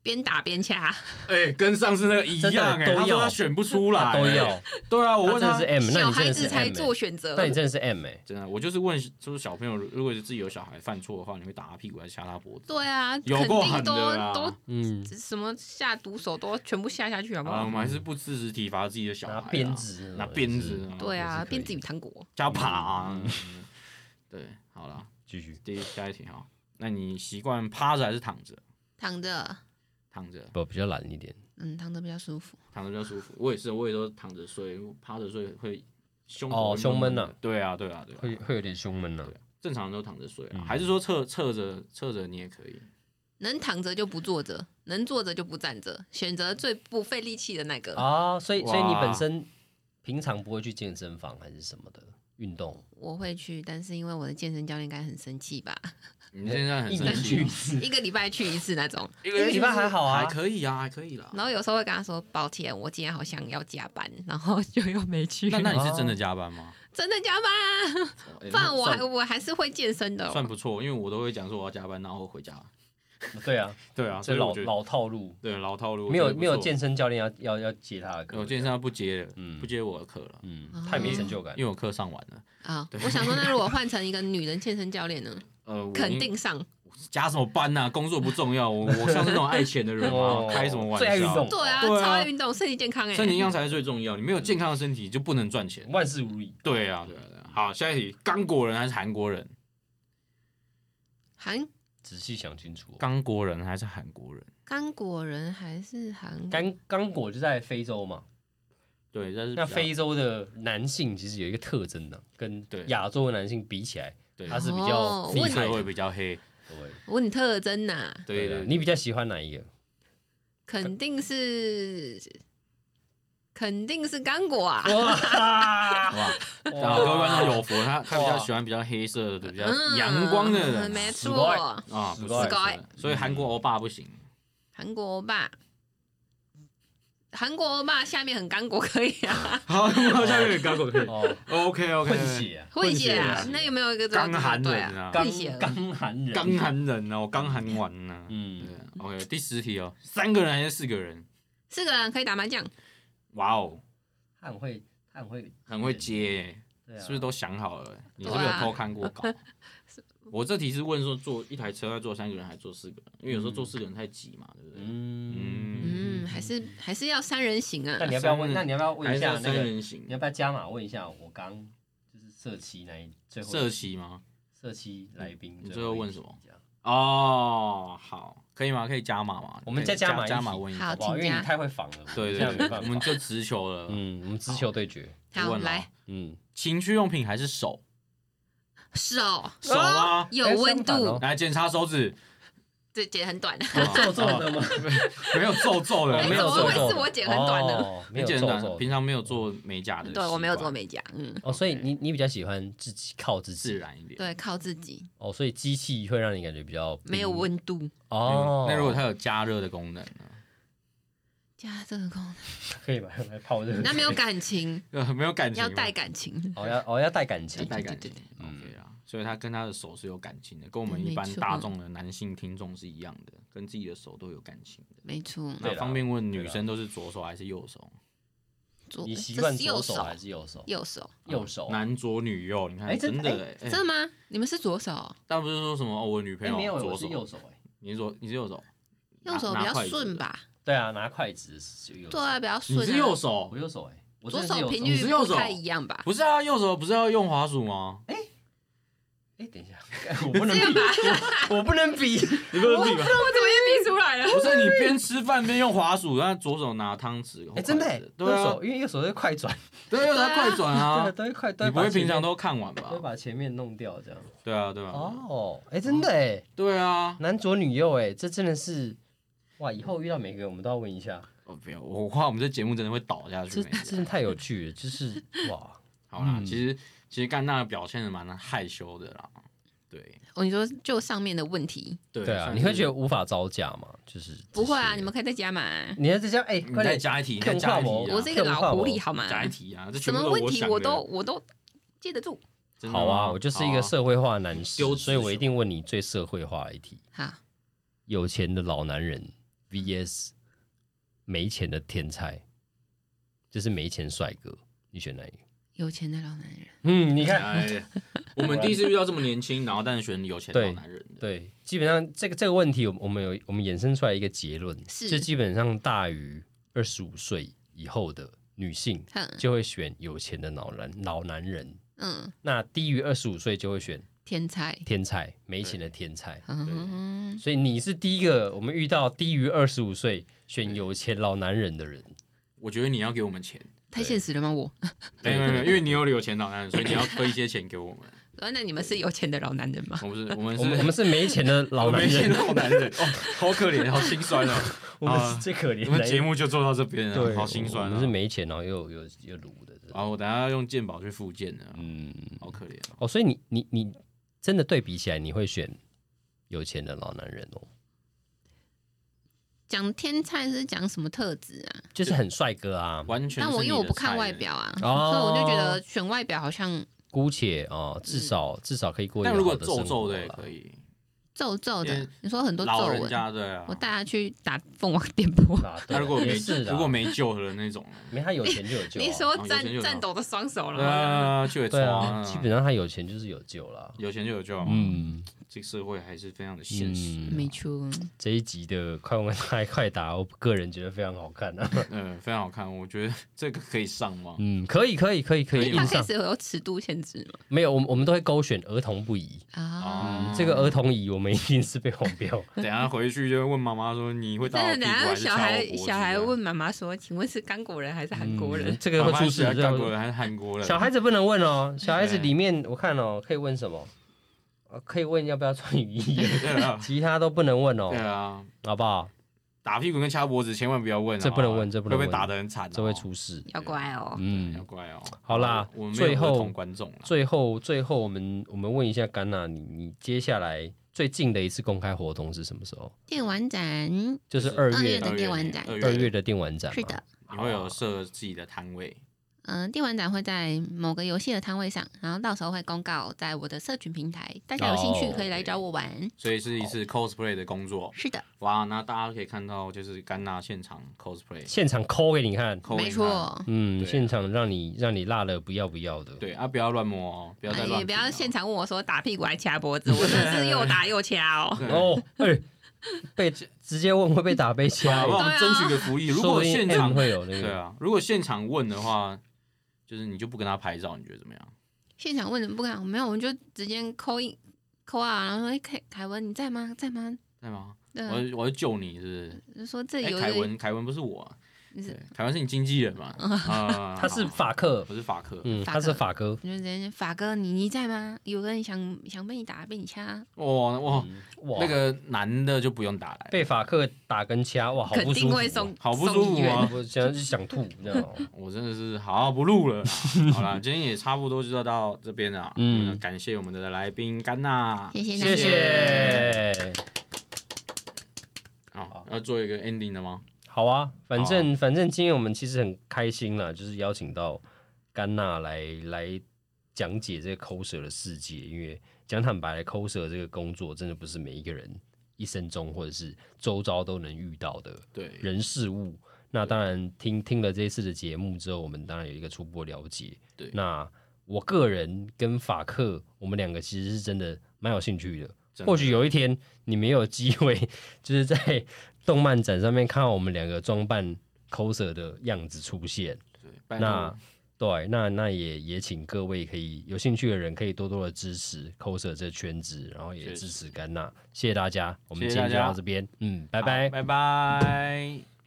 [SPEAKER 3] 边打边掐，
[SPEAKER 1] 哎，跟上次那个一
[SPEAKER 2] 真的
[SPEAKER 1] 样哎，
[SPEAKER 2] 都
[SPEAKER 1] 他说
[SPEAKER 2] 要
[SPEAKER 1] 他选不出来，
[SPEAKER 2] 嗯都要
[SPEAKER 1] 哎。。对啊，我
[SPEAKER 2] 我
[SPEAKER 1] 问
[SPEAKER 2] 真的
[SPEAKER 1] 他
[SPEAKER 2] 是，M，那
[SPEAKER 3] 小
[SPEAKER 2] 你真
[SPEAKER 3] 孩
[SPEAKER 2] 的是
[SPEAKER 3] 子才
[SPEAKER 2] M，
[SPEAKER 3] 做
[SPEAKER 2] 欸
[SPEAKER 3] 选择。
[SPEAKER 2] 那你真的是 M 哎。
[SPEAKER 1] 真的，我就是问，就是小朋友，如果自己有小孩犯错的话，你会打他屁股还是掐他脖子？
[SPEAKER 3] 对啊，
[SPEAKER 1] 有
[SPEAKER 3] 肯
[SPEAKER 1] 够
[SPEAKER 3] 定
[SPEAKER 1] 狠的
[SPEAKER 3] 都
[SPEAKER 1] 啦
[SPEAKER 3] 都
[SPEAKER 2] 嗯，
[SPEAKER 3] 什么下毒手都全部下下去，好不
[SPEAKER 1] 啊，我
[SPEAKER 3] 好？
[SPEAKER 1] 们还是不支持体罚自己的小孩
[SPEAKER 2] 拿
[SPEAKER 1] 啊，
[SPEAKER 2] 鞭子，
[SPEAKER 1] 拿鞭子啊，
[SPEAKER 3] 对
[SPEAKER 2] 也
[SPEAKER 3] 啊，
[SPEAKER 2] 是可以
[SPEAKER 3] 边自己糖果。
[SPEAKER 1] 加爬啊。对，好了，
[SPEAKER 2] 继续
[SPEAKER 1] 第一下一题哈，那你习惯趴着还是躺着？
[SPEAKER 3] 躺着，
[SPEAKER 1] 躺着，
[SPEAKER 2] 不比较懒一点。
[SPEAKER 3] 嗯，躺着比较舒服。
[SPEAKER 1] 躺着比较舒服。我也是，我也都躺着睡，趴着睡会胸
[SPEAKER 2] 哦
[SPEAKER 1] 口会
[SPEAKER 2] 胸闷
[SPEAKER 1] 的
[SPEAKER 2] 啊。
[SPEAKER 1] 对啊，对啊，对啊。
[SPEAKER 2] 会会有点胸闷呢、啊
[SPEAKER 1] 对正常人都躺着睡啊，
[SPEAKER 2] 嗯
[SPEAKER 1] 还是说侧侧着侧着你也可以？
[SPEAKER 3] 能躺着就不坐着，能坐着就不站着，选择最不费力气的那个。
[SPEAKER 2] 啊。所以所以你
[SPEAKER 1] 哇
[SPEAKER 2] 本身平常不会去健身房还是什么的运动？
[SPEAKER 3] 我会去，但是因为我的健身教练应该很生气吧， (laughs)
[SPEAKER 1] 你现在很
[SPEAKER 2] 一
[SPEAKER 1] 生
[SPEAKER 2] 年去
[SPEAKER 1] 气
[SPEAKER 2] 一，次，
[SPEAKER 3] 一个礼拜去一次那 (laughs) 种。
[SPEAKER 1] 一
[SPEAKER 2] 一个礼拜还好啊
[SPEAKER 1] 还可以啊，还可以啦。
[SPEAKER 3] 然后有时候会跟他说：“抱歉，我今天好像要加班。”然后就又没去。
[SPEAKER 1] 那那你是
[SPEAKER 2] 哦
[SPEAKER 1] 真的加班吗？
[SPEAKER 3] (laughs) 真的加班啊？
[SPEAKER 1] 哎
[SPEAKER 3] 不然我还
[SPEAKER 1] 算
[SPEAKER 3] 我还是会健身的。
[SPEAKER 1] 算不错，因为我都会讲说我要加班，然后回家。
[SPEAKER 2] (laughs) (laughs) 对啊，
[SPEAKER 1] 对啊，所
[SPEAKER 2] 这
[SPEAKER 1] 以我
[SPEAKER 2] 老
[SPEAKER 1] 觉得
[SPEAKER 2] 老套路，
[SPEAKER 1] 对老套路，
[SPEAKER 2] 没
[SPEAKER 1] 我
[SPEAKER 2] 有
[SPEAKER 1] 觉得
[SPEAKER 2] 没有
[SPEAKER 1] 不错
[SPEAKER 2] 健，身教练要要要接他的课，
[SPEAKER 1] 我健身他不接了，
[SPEAKER 2] 嗯
[SPEAKER 1] 不接我的课了，
[SPEAKER 2] 嗯
[SPEAKER 3] 哦，
[SPEAKER 2] 太没成就感
[SPEAKER 1] 因。为我课上完了。
[SPEAKER 3] 啊、
[SPEAKER 1] 对
[SPEAKER 3] 我想说，那如果换成一个女人健身教练呢？
[SPEAKER 1] 呃， (laughs) 我
[SPEAKER 3] 肯定上。
[SPEAKER 1] 加什么班呐、工作不重要，我我像是那种爱钱的人嘛
[SPEAKER 2] (laughs) 哦，
[SPEAKER 1] 开什么玩笑？
[SPEAKER 2] 最爱运动
[SPEAKER 3] 对啊，
[SPEAKER 1] 对啊
[SPEAKER 3] 超爱运动，身体健康哎、
[SPEAKER 1] 身体健康才是最重要。你没有健康的身体，就不能赚钱。
[SPEAKER 2] 万事如意，
[SPEAKER 1] 对啊，对啊，对啊。好，下一题，刚果人还是韩国人？
[SPEAKER 3] 韩
[SPEAKER 2] 仔细想清楚、哦。
[SPEAKER 1] 刚国人还是韩国人？
[SPEAKER 3] 刚果人还是韩国？
[SPEAKER 2] 刚刚果就在非洲嘛，
[SPEAKER 1] 对，啊但是
[SPEAKER 2] 那
[SPEAKER 1] 比较
[SPEAKER 2] 非洲的男性其实有一个特征呢、啊跟
[SPEAKER 1] 对
[SPEAKER 2] 亚洲的男性比起来，
[SPEAKER 1] 对
[SPEAKER 2] 他是比较
[SPEAKER 3] 哦
[SPEAKER 2] 厉
[SPEAKER 1] 肤
[SPEAKER 3] 问
[SPEAKER 2] 害
[SPEAKER 1] 色会
[SPEAKER 2] 的。
[SPEAKER 1] 比较黑。
[SPEAKER 2] 对
[SPEAKER 3] 我问你特征呐、
[SPEAKER 1] 对
[SPEAKER 2] 对
[SPEAKER 1] 对
[SPEAKER 2] 啊，
[SPEAKER 1] 对，
[SPEAKER 2] 你比较喜欢
[SPEAKER 1] (laughs)
[SPEAKER 2] 哪一个？
[SPEAKER 3] 肯定是肯定是刚果啊。
[SPEAKER 2] 哇！
[SPEAKER 1] 哇，啊，各位观众有福，他他比较喜欢比较黑色的，比较阳光的
[SPEAKER 3] 嗯
[SPEAKER 1] 人
[SPEAKER 3] 没
[SPEAKER 2] 死怪
[SPEAKER 3] 错，
[SPEAKER 1] 啊，不
[SPEAKER 2] 死
[SPEAKER 1] 是
[SPEAKER 3] 怪，
[SPEAKER 1] 所以韩国欧巴不行。
[SPEAKER 3] 韩国欧巴，韩国欧巴下面很刚果可以
[SPEAKER 1] (laughs)
[SPEAKER 3] 啊，
[SPEAKER 1] 好，下面刚果可以。
[SPEAKER 2] 哦，
[SPEAKER 1] OK OK，
[SPEAKER 2] (laughs) 混血啊，
[SPEAKER 3] (laughs) 混血
[SPEAKER 1] 混
[SPEAKER 2] (laughs)
[SPEAKER 3] 啊
[SPEAKER 1] 血，
[SPEAKER 3] 那有没有一个
[SPEAKER 1] 刚韩
[SPEAKER 3] 对
[SPEAKER 1] 人啊？
[SPEAKER 3] 啊混血
[SPEAKER 2] 刚
[SPEAKER 3] 儿
[SPEAKER 2] 刚韩人，
[SPEAKER 1] 刚韩人哦，刚韩完呢。对啊
[SPEAKER 2] 嗯，
[SPEAKER 1] ，OK，第十题哦，三个人还是四个人？
[SPEAKER 3] 四个人可以打麻将，
[SPEAKER 1] 哇哦，
[SPEAKER 2] 他很会，他很会，
[SPEAKER 1] 很会接
[SPEAKER 2] 嗯对
[SPEAKER 1] 耶，
[SPEAKER 2] 啊，
[SPEAKER 1] 是不是都想好了？你是
[SPEAKER 3] 对
[SPEAKER 1] 不
[SPEAKER 3] 啊
[SPEAKER 1] 是有偷看过稿？
[SPEAKER 3] (laughs)
[SPEAKER 1] 我这题是问说坐一台车要坐三个人还是坐四个人？因为有时候坐四个人太挤嘛，对不对？
[SPEAKER 2] 嗯
[SPEAKER 3] 嗯，还是还是要三人行
[SPEAKER 2] 那
[SPEAKER 3] 啊
[SPEAKER 2] 你。要不要问？那你要不要问
[SPEAKER 1] 还
[SPEAKER 2] 一
[SPEAKER 1] 是要
[SPEAKER 2] 下那
[SPEAKER 1] 三
[SPEAKER 2] 个？
[SPEAKER 1] 人行
[SPEAKER 2] 你？要不要加码问一下？我刚就是社期那一最后
[SPEAKER 1] 社期吗？
[SPEAKER 2] 社期来宾，
[SPEAKER 1] 你最后问什么
[SPEAKER 2] 一题啊？
[SPEAKER 1] 哦，好，可以吗？可以加码吗？
[SPEAKER 2] 我们再
[SPEAKER 1] 可以加
[SPEAKER 2] 加码一
[SPEAKER 1] 加码
[SPEAKER 2] 题
[SPEAKER 1] 问一
[SPEAKER 3] 好
[SPEAKER 1] 下
[SPEAKER 2] 好。不好？因
[SPEAKER 3] 请
[SPEAKER 2] 为
[SPEAKER 3] 加
[SPEAKER 2] 你太会仿了，
[SPEAKER 1] 对
[SPEAKER 2] 这样
[SPEAKER 1] 对
[SPEAKER 2] 没
[SPEAKER 1] 对，
[SPEAKER 2] 办
[SPEAKER 1] 我
[SPEAKER 2] 法
[SPEAKER 1] 们就直球了。
[SPEAKER 2] 嗯嗯，我们直球对决，
[SPEAKER 1] 不
[SPEAKER 3] 好，
[SPEAKER 1] 问了
[SPEAKER 3] 来，
[SPEAKER 2] 嗯，
[SPEAKER 1] 情趣用品还是手？
[SPEAKER 3] 手
[SPEAKER 1] 手啊，
[SPEAKER 3] 有
[SPEAKER 2] 哎
[SPEAKER 3] 温
[SPEAKER 2] 相反
[SPEAKER 3] 度
[SPEAKER 2] 哦，
[SPEAKER 1] 来检查手指，哦
[SPEAKER 3] 对，剪很短。
[SPEAKER 2] 有皱皱
[SPEAKER 1] (laughs)
[SPEAKER 2] 的吗？
[SPEAKER 1] 没有皱皱的，
[SPEAKER 3] 哎
[SPEAKER 1] 没有
[SPEAKER 3] 怎么
[SPEAKER 1] 皱
[SPEAKER 3] 会
[SPEAKER 1] 皱
[SPEAKER 3] 是
[SPEAKER 1] 的，
[SPEAKER 3] 我剪很短
[SPEAKER 2] (laughs)
[SPEAKER 3] 的
[SPEAKER 2] 哦，没有
[SPEAKER 1] 很
[SPEAKER 2] 皱
[SPEAKER 1] 简单
[SPEAKER 2] 皱
[SPEAKER 1] 平常没有做美甲的习
[SPEAKER 3] 对，
[SPEAKER 1] 惯，
[SPEAKER 3] 我没有做美甲，嗯，
[SPEAKER 2] 哦，所以
[SPEAKER 1] OK
[SPEAKER 2] 你你比较喜欢自己靠自
[SPEAKER 1] 自
[SPEAKER 2] 己
[SPEAKER 1] 然一点。
[SPEAKER 3] 对，靠自己，
[SPEAKER 2] 哦，所以机器会让你感觉比较
[SPEAKER 3] 没有
[SPEAKER 2] 冰
[SPEAKER 3] 温 (laughs) 度。
[SPEAKER 2] 哦。
[SPEAKER 1] 嗯那如果它有加热的功能呢？
[SPEAKER 3] 加这个功能，
[SPEAKER 2] 可以吧？来泡热水
[SPEAKER 3] 那没有感情，
[SPEAKER 1] 呃，没有感情吗，
[SPEAKER 3] 要带感情。
[SPEAKER 2] 哦要哦要带感
[SPEAKER 1] 要
[SPEAKER 2] 情，
[SPEAKER 1] 带感情
[SPEAKER 3] 对
[SPEAKER 2] 嗯
[SPEAKER 1] ，OK 啦。所以他跟他的手是有感情的，跟我们
[SPEAKER 3] 对
[SPEAKER 1] 一般
[SPEAKER 3] 没错
[SPEAKER 1] 大众的男性听众是一样的，跟自己的手都有感情的。
[SPEAKER 3] 没错，
[SPEAKER 2] 对
[SPEAKER 1] 那
[SPEAKER 2] 啦
[SPEAKER 1] 方便问女
[SPEAKER 2] 啦
[SPEAKER 1] 生都是左手还是右手？
[SPEAKER 3] 左
[SPEAKER 2] 你习
[SPEAKER 3] 这
[SPEAKER 2] 惯
[SPEAKER 3] 是右
[SPEAKER 2] 左手啊
[SPEAKER 3] 手，
[SPEAKER 2] 还是右手？
[SPEAKER 3] 右手，
[SPEAKER 2] 右手
[SPEAKER 3] 哎
[SPEAKER 1] 男左女右，你看
[SPEAKER 2] 哎真
[SPEAKER 1] 真
[SPEAKER 2] 的
[SPEAKER 1] 的哎
[SPEAKER 3] 真，的吗？你们是左手，
[SPEAKER 1] 但不是说什么哦，我女朋
[SPEAKER 2] 哎没有，
[SPEAKER 1] 友
[SPEAKER 2] 我
[SPEAKER 1] 左
[SPEAKER 2] 是
[SPEAKER 1] 手，
[SPEAKER 2] 右手哎。
[SPEAKER 1] 你是左你是右手，
[SPEAKER 3] 右手
[SPEAKER 1] 拿
[SPEAKER 3] 比较
[SPEAKER 1] 拿筷子
[SPEAKER 3] 顺吧？
[SPEAKER 2] 对啊，拿筷子是右手
[SPEAKER 3] 对，啊，比较顺
[SPEAKER 1] 你
[SPEAKER 3] 啊。
[SPEAKER 1] 是右手
[SPEAKER 2] 我，右手哎，我
[SPEAKER 3] 左
[SPEAKER 2] 真的是
[SPEAKER 3] 手频
[SPEAKER 1] 你
[SPEAKER 3] 率
[SPEAKER 1] 是右
[SPEAKER 3] 不
[SPEAKER 1] 手
[SPEAKER 3] 太一
[SPEAKER 1] (laughs)
[SPEAKER 3] 样吧？
[SPEAKER 1] 不是啊，右手不是要用滑鼠吗？
[SPEAKER 2] 哎，等一下， (laughs) 我不能
[SPEAKER 3] 这
[SPEAKER 2] 比
[SPEAKER 3] 样吧，
[SPEAKER 2] 我我不能
[SPEAKER 1] (laughs)
[SPEAKER 2] 比，
[SPEAKER 1] 你不能
[SPEAKER 3] (laughs)
[SPEAKER 1] 比吧？
[SPEAKER 3] 我怎么也比出 (laughs) 来了？
[SPEAKER 1] 不是你边吃饭边用滑鼠，然后左手拿汤匙或筷
[SPEAKER 2] 哎，
[SPEAKER 1] 子，
[SPEAKER 2] 真的哎，
[SPEAKER 1] 对
[SPEAKER 2] 右
[SPEAKER 1] 啊
[SPEAKER 2] 手，因为右手是快转，
[SPEAKER 1] 对，右手快转
[SPEAKER 2] 真
[SPEAKER 1] 啊
[SPEAKER 2] 的，都会快，
[SPEAKER 1] (laughs) 你
[SPEAKER 2] 会
[SPEAKER 1] 不
[SPEAKER 2] 把
[SPEAKER 1] 会
[SPEAKER 2] 前
[SPEAKER 1] 平常
[SPEAKER 2] 面
[SPEAKER 1] 都看完
[SPEAKER 2] 都会
[SPEAKER 1] 吧？
[SPEAKER 2] 把前面弄掉这样。
[SPEAKER 1] 对啊，对啊，对啊
[SPEAKER 2] 哦，哎，真的哎，
[SPEAKER 1] 对啊，
[SPEAKER 2] 男左女右哎，这真的是哇！以后遇到每个人我们都要问一下，
[SPEAKER 1] 哦，不要，我怕我们这节目真的会倒下去
[SPEAKER 2] 这
[SPEAKER 1] 那种。
[SPEAKER 2] 真的太有趣了，就是哇，
[SPEAKER 1] 好啦，
[SPEAKER 2] 嗯
[SPEAKER 1] 其实其实甘娜表现的蛮害羞的啦，对
[SPEAKER 3] 哦，你说就上面的问题，
[SPEAKER 1] (laughs) 对
[SPEAKER 2] 对啊，
[SPEAKER 1] 算
[SPEAKER 2] 你会
[SPEAKER 1] 是
[SPEAKER 2] 觉得无法招架吗？就是
[SPEAKER 3] 不会啊，
[SPEAKER 2] 这些
[SPEAKER 3] 你们可以再加满。
[SPEAKER 2] 你要这样哎，
[SPEAKER 1] 你
[SPEAKER 2] 快
[SPEAKER 1] 再
[SPEAKER 2] 点
[SPEAKER 1] 加一题，你再加一
[SPEAKER 2] 更跨
[SPEAKER 1] 题、
[SPEAKER 2] 模
[SPEAKER 1] 啊，
[SPEAKER 3] 我是一个老狐狸好吗？
[SPEAKER 1] 加一题啊，这
[SPEAKER 3] 什
[SPEAKER 1] 全部
[SPEAKER 3] 么
[SPEAKER 1] 都
[SPEAKER 3] 问
[SPEAKER 1] 我
[SPEAKER 3] 题
[SPEAKER 1] 想
[SPEAKER 3] 我
[SPEAKER 1] 的
[SPEAKER 3] 都我都记得住。
[SPEAKER 1] 真的
[SPEAKER 2] 好
[SPEAKER 1] 吗
[SPEAKER 2] 啊，我就是一个
[SPEAKER 1] 好啊
[SPEAKER 2] 社会化的男士
[SPEAKER 1] 丢，
[SPEAKER 2] 所以我
[SPEAKER 1] 职
[SPEAKER 2] 一定问你最社会化的一题：
[SPEAKER 3] 好，
[SPEAKER 2] 有钱的老男人 VS 没钱的天才，就是没钱帅哥，你选哪一个？
[SPEAKER 3] 有钱的老男人，
[SPEAKER 2] 嗯，你看，
[SPEAKER 1] 哎，我们第一次遇到这么年轻，然后但是选有钱老男人的，
[SPEAKER 2] 对，基本上这个这个问题，我们我们有我们衍生出来一个结论，
[SPEAKER 3] 是
[SPEAKER 2] 就基本上大于二十五岁以后的女性
[SPEAKER 3] 哼，
[SPEAKER 2] 就会选有钱的老男老男人，
[SPEAKER 3] 嗯，
[SPEAKER 2] 那低于二十五岁就会选
[SPEAKER 3] 天才，
[SPEAKER 2] 天才，没钱的天才。
[SPEAKER 3] 嗯，
[SPEAKER 2] 所以你是第一个我们遇到低于二十五岁选有钱老男人的人。
[SPEAKER 1] 我觉得你要给我们钱，
[SPEAKER 3] 太现实了吗？我，
[SPEAKER 1] 没有没有没有，因为你有有钱老男人，所以你要分一些钱给我们。
[SPEAKER 3] 啊那你们是有钱的老男人吗？
[SPEAKER 1] 我们是，我们是，
[SPEAKER 2] 我们我们是没钱的老
[SPEAKER 1] 我
[SPEAKER 2] 男
[SPEAKER 1] 们是
[SPEAKER 2] 人，
[SPEAKER 1] 老男
[SPEAKER 2] (laughs)
[SPEAKER 1] 人，哦，好可怜，好心酸哦。
[SPEAKER 2] 我们是最可怜
[SPEAKER 1] 我
[SPEAKER 2] 的。
[SPEAKER 1] 们节目就做到这边
[SPEAKER 2] 对
[SPEAKER 1] 了，，好心酸
[SPEAKER 2] 我
[SPEAKER 1] 啊
[SPEAKER 2] 们是。没钱，然后又又又卤的。
[SPEAKER 1] 啊，我等下用鉴宝去复健的，
[SPEAKER 2] 嗯，
[SPEAKER 1] 好可怜哦。
[SPEAKER 2] 哦，所以你你你真的对比起来，你会选有钱的老男人哦，
[SPEAKER 3] (laughs) 讲天才是讲什么特质啊？
[SPEAKER 2] 就是很帅哥啊。
[SPEAKER 1] 完全。
[SPEAKER 3] 但我因为我不看外，表啊，
[SPEAKER 2] 哦
[SPEAKER 3] 所以我就觉得选外表好像
[SPEAKER 2] 姑且哦，至少、至少可以过一个
[SPEAKER 1] 但如
[SPEAKER 2] 好
[SPEAKER 1] 果
[SPEAKER 2] 的生活
[SPEAKER 1] 皱皱的也
[SPEAKER 2] 啦
[SPEAKER 1] 可以，
[SPEAKER 3] 皱皱
[SPEAKER 1] 因为
[SPEAKER 3] 的。你说很多皱
[SPEAKER 1] 老人
[SPEAKER 3] 纹，
[SPEAKER 1] 家对啊
[SPEAKER 3] 我。带他去打凤凰电波。
[SPEAKER 2] 啊。对
[SPEAKER 1] 那如果
[SPEAKER 2] 也
[SPEAKER 1] 没
[SPEAKER 2] 是的，啊
[SPEAKER 1] 如果没救了那种呢，
[SPEAKER 2] 没他有钱就有救、啊。
[SPEAKER 3] 你说
[SPEAKER 1] 哦有钱
[SPEAKER 3] 战
[SPEAKER 1] 就有
[SPEAKER 3] 战斗的双 (laughs) 手了吗，
[SPEAKER 1] 呃，就也
[SPEAKER 2] 对
[SPEAKER 1] 抓
[SPEAKER 2] 啊，，基本上他有钱就是有救了。
[SPEAKER 1] 有钱就有救。嗯，
[SPEAKER 2] 嗯，
[SPEAKER 1] 这个社会还是非常的现实。啊
[SPEAKER 2] 嗯
[SPEAKER 3] 没错，
[SPEAKER 2] 这一集的快问快快答， (laughs) 我个人觉得非常好看啊。
[SPEAKER 1] (laughs) 嗯，非常好看，我觉得 (laughs) 这个可以上吗？
[SPEAKER 2] 嗯，可以，可以，可以，可以
[SPEAKER 1] 可以
[SPEAKER 2] 印
[SPEAKER 3] 他开
[SPEAKER 2] 上。
[SPEAKER 3] 始有尺度限制嘛？
[SPEAKER 2] 没有，我们我们都会勾选儿童不宜。
[SPEAKER 3] 啊，
[SPEAKER 1] 哦
[SPEAKER 2] 这个儿童宜，我们一定是被红标。
[SPEAKER 1] (laughs) 等一下回去就问妈妈说，你会打我
[SPEAKER 3] 真
[SPEAKER 1] 屁
[SPEAKER 3] 的，
[SPEAKER 1] 股
[SPEAKER 3] 等
[SPEAKER 1] 还
[SPEAKER 3] 下
[SPEAKER 1] 是
[SPEAKER 3] 小
[SPEAKER 1] 掐我
[SPEAKER 3] 孩
[SPEAKER 1] 脖子？
[SPEAKER 3] 小孩问妈妈说：“请问是刚果人还是韩国人
[SPEAKER 2] 嗯这个会出事。
[SPEAKER 1] 妈妈
[SPEAKER 2] 这
[SPEAKER 1] 是
[SPEAKER 2] 个
[SPEAKER 1] 韩
[SPEAKER 2] 会
[SPEAKER 1] 国人还是韩国人？
[SPEAKER 2] 小孩子不能问哦，小孩子
[SPEAKER 1] 对
[SPEAKER 2] 里面我看哦，可以问什么？呃可以问要不要穿雨衣，
[SPEAKER 1] 对啊，
[SPEAKER 2] 其他都不能问哦
[SPEAKER 1] 对，啊，
[SPEAKER 2] 好不好？
[SPEAKER 1] 打屁股跟掐脖子千万不要问啊，
[SPEAKER 2] 这不能问这不能
[SPEAKER 1] 会
[SPEAKER 2] 问
[SPEAKER 1] 被打得很惨哦，
[SPEAKER 2] 这会出事？”。
[SPEAKER 3] 要乖哦，
[SPEAKER 1] 嗯，要
[SPEAKER 2] 嗯，
[SPEAKER 1] 怪哦。
[SPEAKER 2] 好啦
[SPEAKER 1] 我我没有
[SPEAKER 2] 最后
[SPEAKER 1] 儿童观众啊啦，
[SPEAKER 2] 最后最后我们我们问一下甘娜，你你接下来最近的一次公开活动是什么时候？
[SPEAKER 3] 电玩展
[SPEAKER 2] 就是
[SPEAKER 1] 就是
[SPEAKER 2] 二
[SPEAKER 3] 二
[SPEAKER 2] 月
[SPEAKER 3] 月的电玩展
[SPEAKER 1] 二
[SPEAKER 2] 二
[SPEAKER 1] 月
[SPEAKER 2] 月的电玩展嘛
[SPEAKER 3] 是的，，
[SPEAKER 1] 你会
[SPEAKER 2] 啊
[SPEAKER 1] 有设自己的摊位，
[SPEAKER 3] 嗯、电玩展会在某个游戏的摊位上，然后到时候会公告在我的社群平台，大家有兴趣
[SPEAKER 2] 哦
[SPEAKER 3] 可以来找我玩。
[SPEAKER 1] 所以是一次 cosplay 的工作。
[SPEAKER 3] 是的，
[SPEAKER 1] 哇，那大家可以看到就是甘娜现场 cosplay，
[SPEAKER 2] 现场抠给你看。
[SPEAKER 1] 抠
[SPEAKER 3] 没
[SPEAKER 1] 给你看。
[SPEAKER 3] 错。
[SPEAKER 2] 嗯，
[SPEAKER 1] 对啊
[SPEAKER 2] 现场让你让你辣的不要不要的。
[SPEAKER 1] 对啊，不要乱摸哦，不要再
[SPEAKER 3] 哎
[SPEAKER 1] 乱、
[SPEAKER 3] 也不要现。场问我说打屁股还掐脖子，我真的
[SPEAKER 1] (laughs)
[SPEAKER 3] 是又打又掐哦。
[SPEAKER 1] 对，
[SPEAKER 2] 哦，哎，被直接问会被打被掐
[SPEAKER 1] 好 (laughs) 不，好？我
[SPEAKER 3] 对
[SPEAKER 1] 们
[SPEAKER 3] 啊
[SPEAKER 1] 争取个福利。如
[SPEAKER 2] 说不
[SPEAKER 1] 果
[SPEAKER 2] 定
[SPEAKER 1] 现
[SPEAKER 2] M
[SPEAKER 1] 场
[SPEAKER 2] 会有那
[SPEAKER 1] 对
[SPEAKER 2] 个。
[SPEAKER 1] 啊，如果现场问的话，就是你就不跟他拍照，你觉得怎么样？
[SPEAKER 3] 现场问怎么不敢？没有，我们就直接扣一扣啊，然后说：“哎、凯凯文你在吗？在吗
[SPEAKER 1] 对吗？我
[SPEAKER 3] 嗯
[SPEAKER 1] 要我要救你，是不是？”
[SPEAKER 3] 就说这
[SPEAKER 1] 哦哎、
[SPEAKER 3] 有
[SPEAKER 1] 凯
[SPEAKER 3] 一个
[SPEAKER 1] 文，凯文不是我啊，对，台湾是你经纪人嘛？啊，
[SPEAKER 2] (laughs) 他是法克，
[SPEAKER 1] 不是法克？
[SPEAKER 2] 嗯，
[SPEAKER 3] 法
[SPEAKER 2] 他是
[SPEAKER 3] 克
[SPEAKER 2] 法哥。
[SPEAKER 3] 你们人法哥，你你在吗？有个人想想被你打，被你掐，
[SPEAKER 1] 哇哇，
[SPEAKER 2] 嗯哇，
[SPEAKER 1] 那个男的就不用打来，
[SPEAKER 2] 被法克打跟掐，哇，好
[SPEAKER 3] 肯
[SPEAKER 2] 不舒
[SPEAKER 3] 定
[SPEAKER 2] 服啊。
[SPEAKER 3] 会送
[SPEAKER 1] 好不舒服啊
[SPEAKER 3] 送医院
[SPEAKER 1] 啊
[SPEAKER 2] 我现在是想吐，你知道吗？
[SPEAKER 1] 我真的是好不录
[SPEAKER 2] (laughs)
[SPEAKER 1] 了啦。啊好啦，今天也差不多就到这边了。
[SPEAKER 2] 嗯
[SPEAKER 1] 嗯，感谢我们的来宾甘娜。
[SPEAKER 3] (laughs) 谢谢大家
[SPEAKER 2] 谢谢。
[SPEAKER 1] 啊，要做一个 ending 的吗？
[SPEAKER 2] 好啊，反正、反正今天我们其实很开心啦，就是邀请到甘娜来来讲解这个 coser 的世界，因为讲坦白来，coser 这个工作真的不是每一个人一生中或者是周遭都能遇到的
[SPEAKER 1] 对，
[SPEAKER 2] 人事物。那当然听听了这一次的节目之后，我们当然有一个初步的了解。
[SPEAKER 1] 对
[SPEAKER 2] 那我个人跟法克，我们两个其实是真的蛮有兴趣的。
[SPEAKER 1] 真的
[SPEAKER 2] 或许有一天你们也有机会， (laughs) 就是在动漫展上面看到我们两个装扮 coser 的样子出现。
[SPEAKER 1] 对，拜
[SPEAKER 2] 那
[SPEAKER 1] 托
[SPEAKER 2] 对，那那也也请各位可以有兴趣的人可以多多的支持 coser 这圈子，然后也
[SPEAKER 1] 确实
[SPEAKER 2] 支持甘娜，谢谢大家，我们
[SPEAKER 1] 谢谢
[SPEAKER 2] 今天就
[SPEAKER 1] 大家
[SPEAKER 2] 到这边，嗯，拜
[SPEAKER 1] 好
[SPEAKER 2] 拜。
[SPEAKER 1] 拜拜。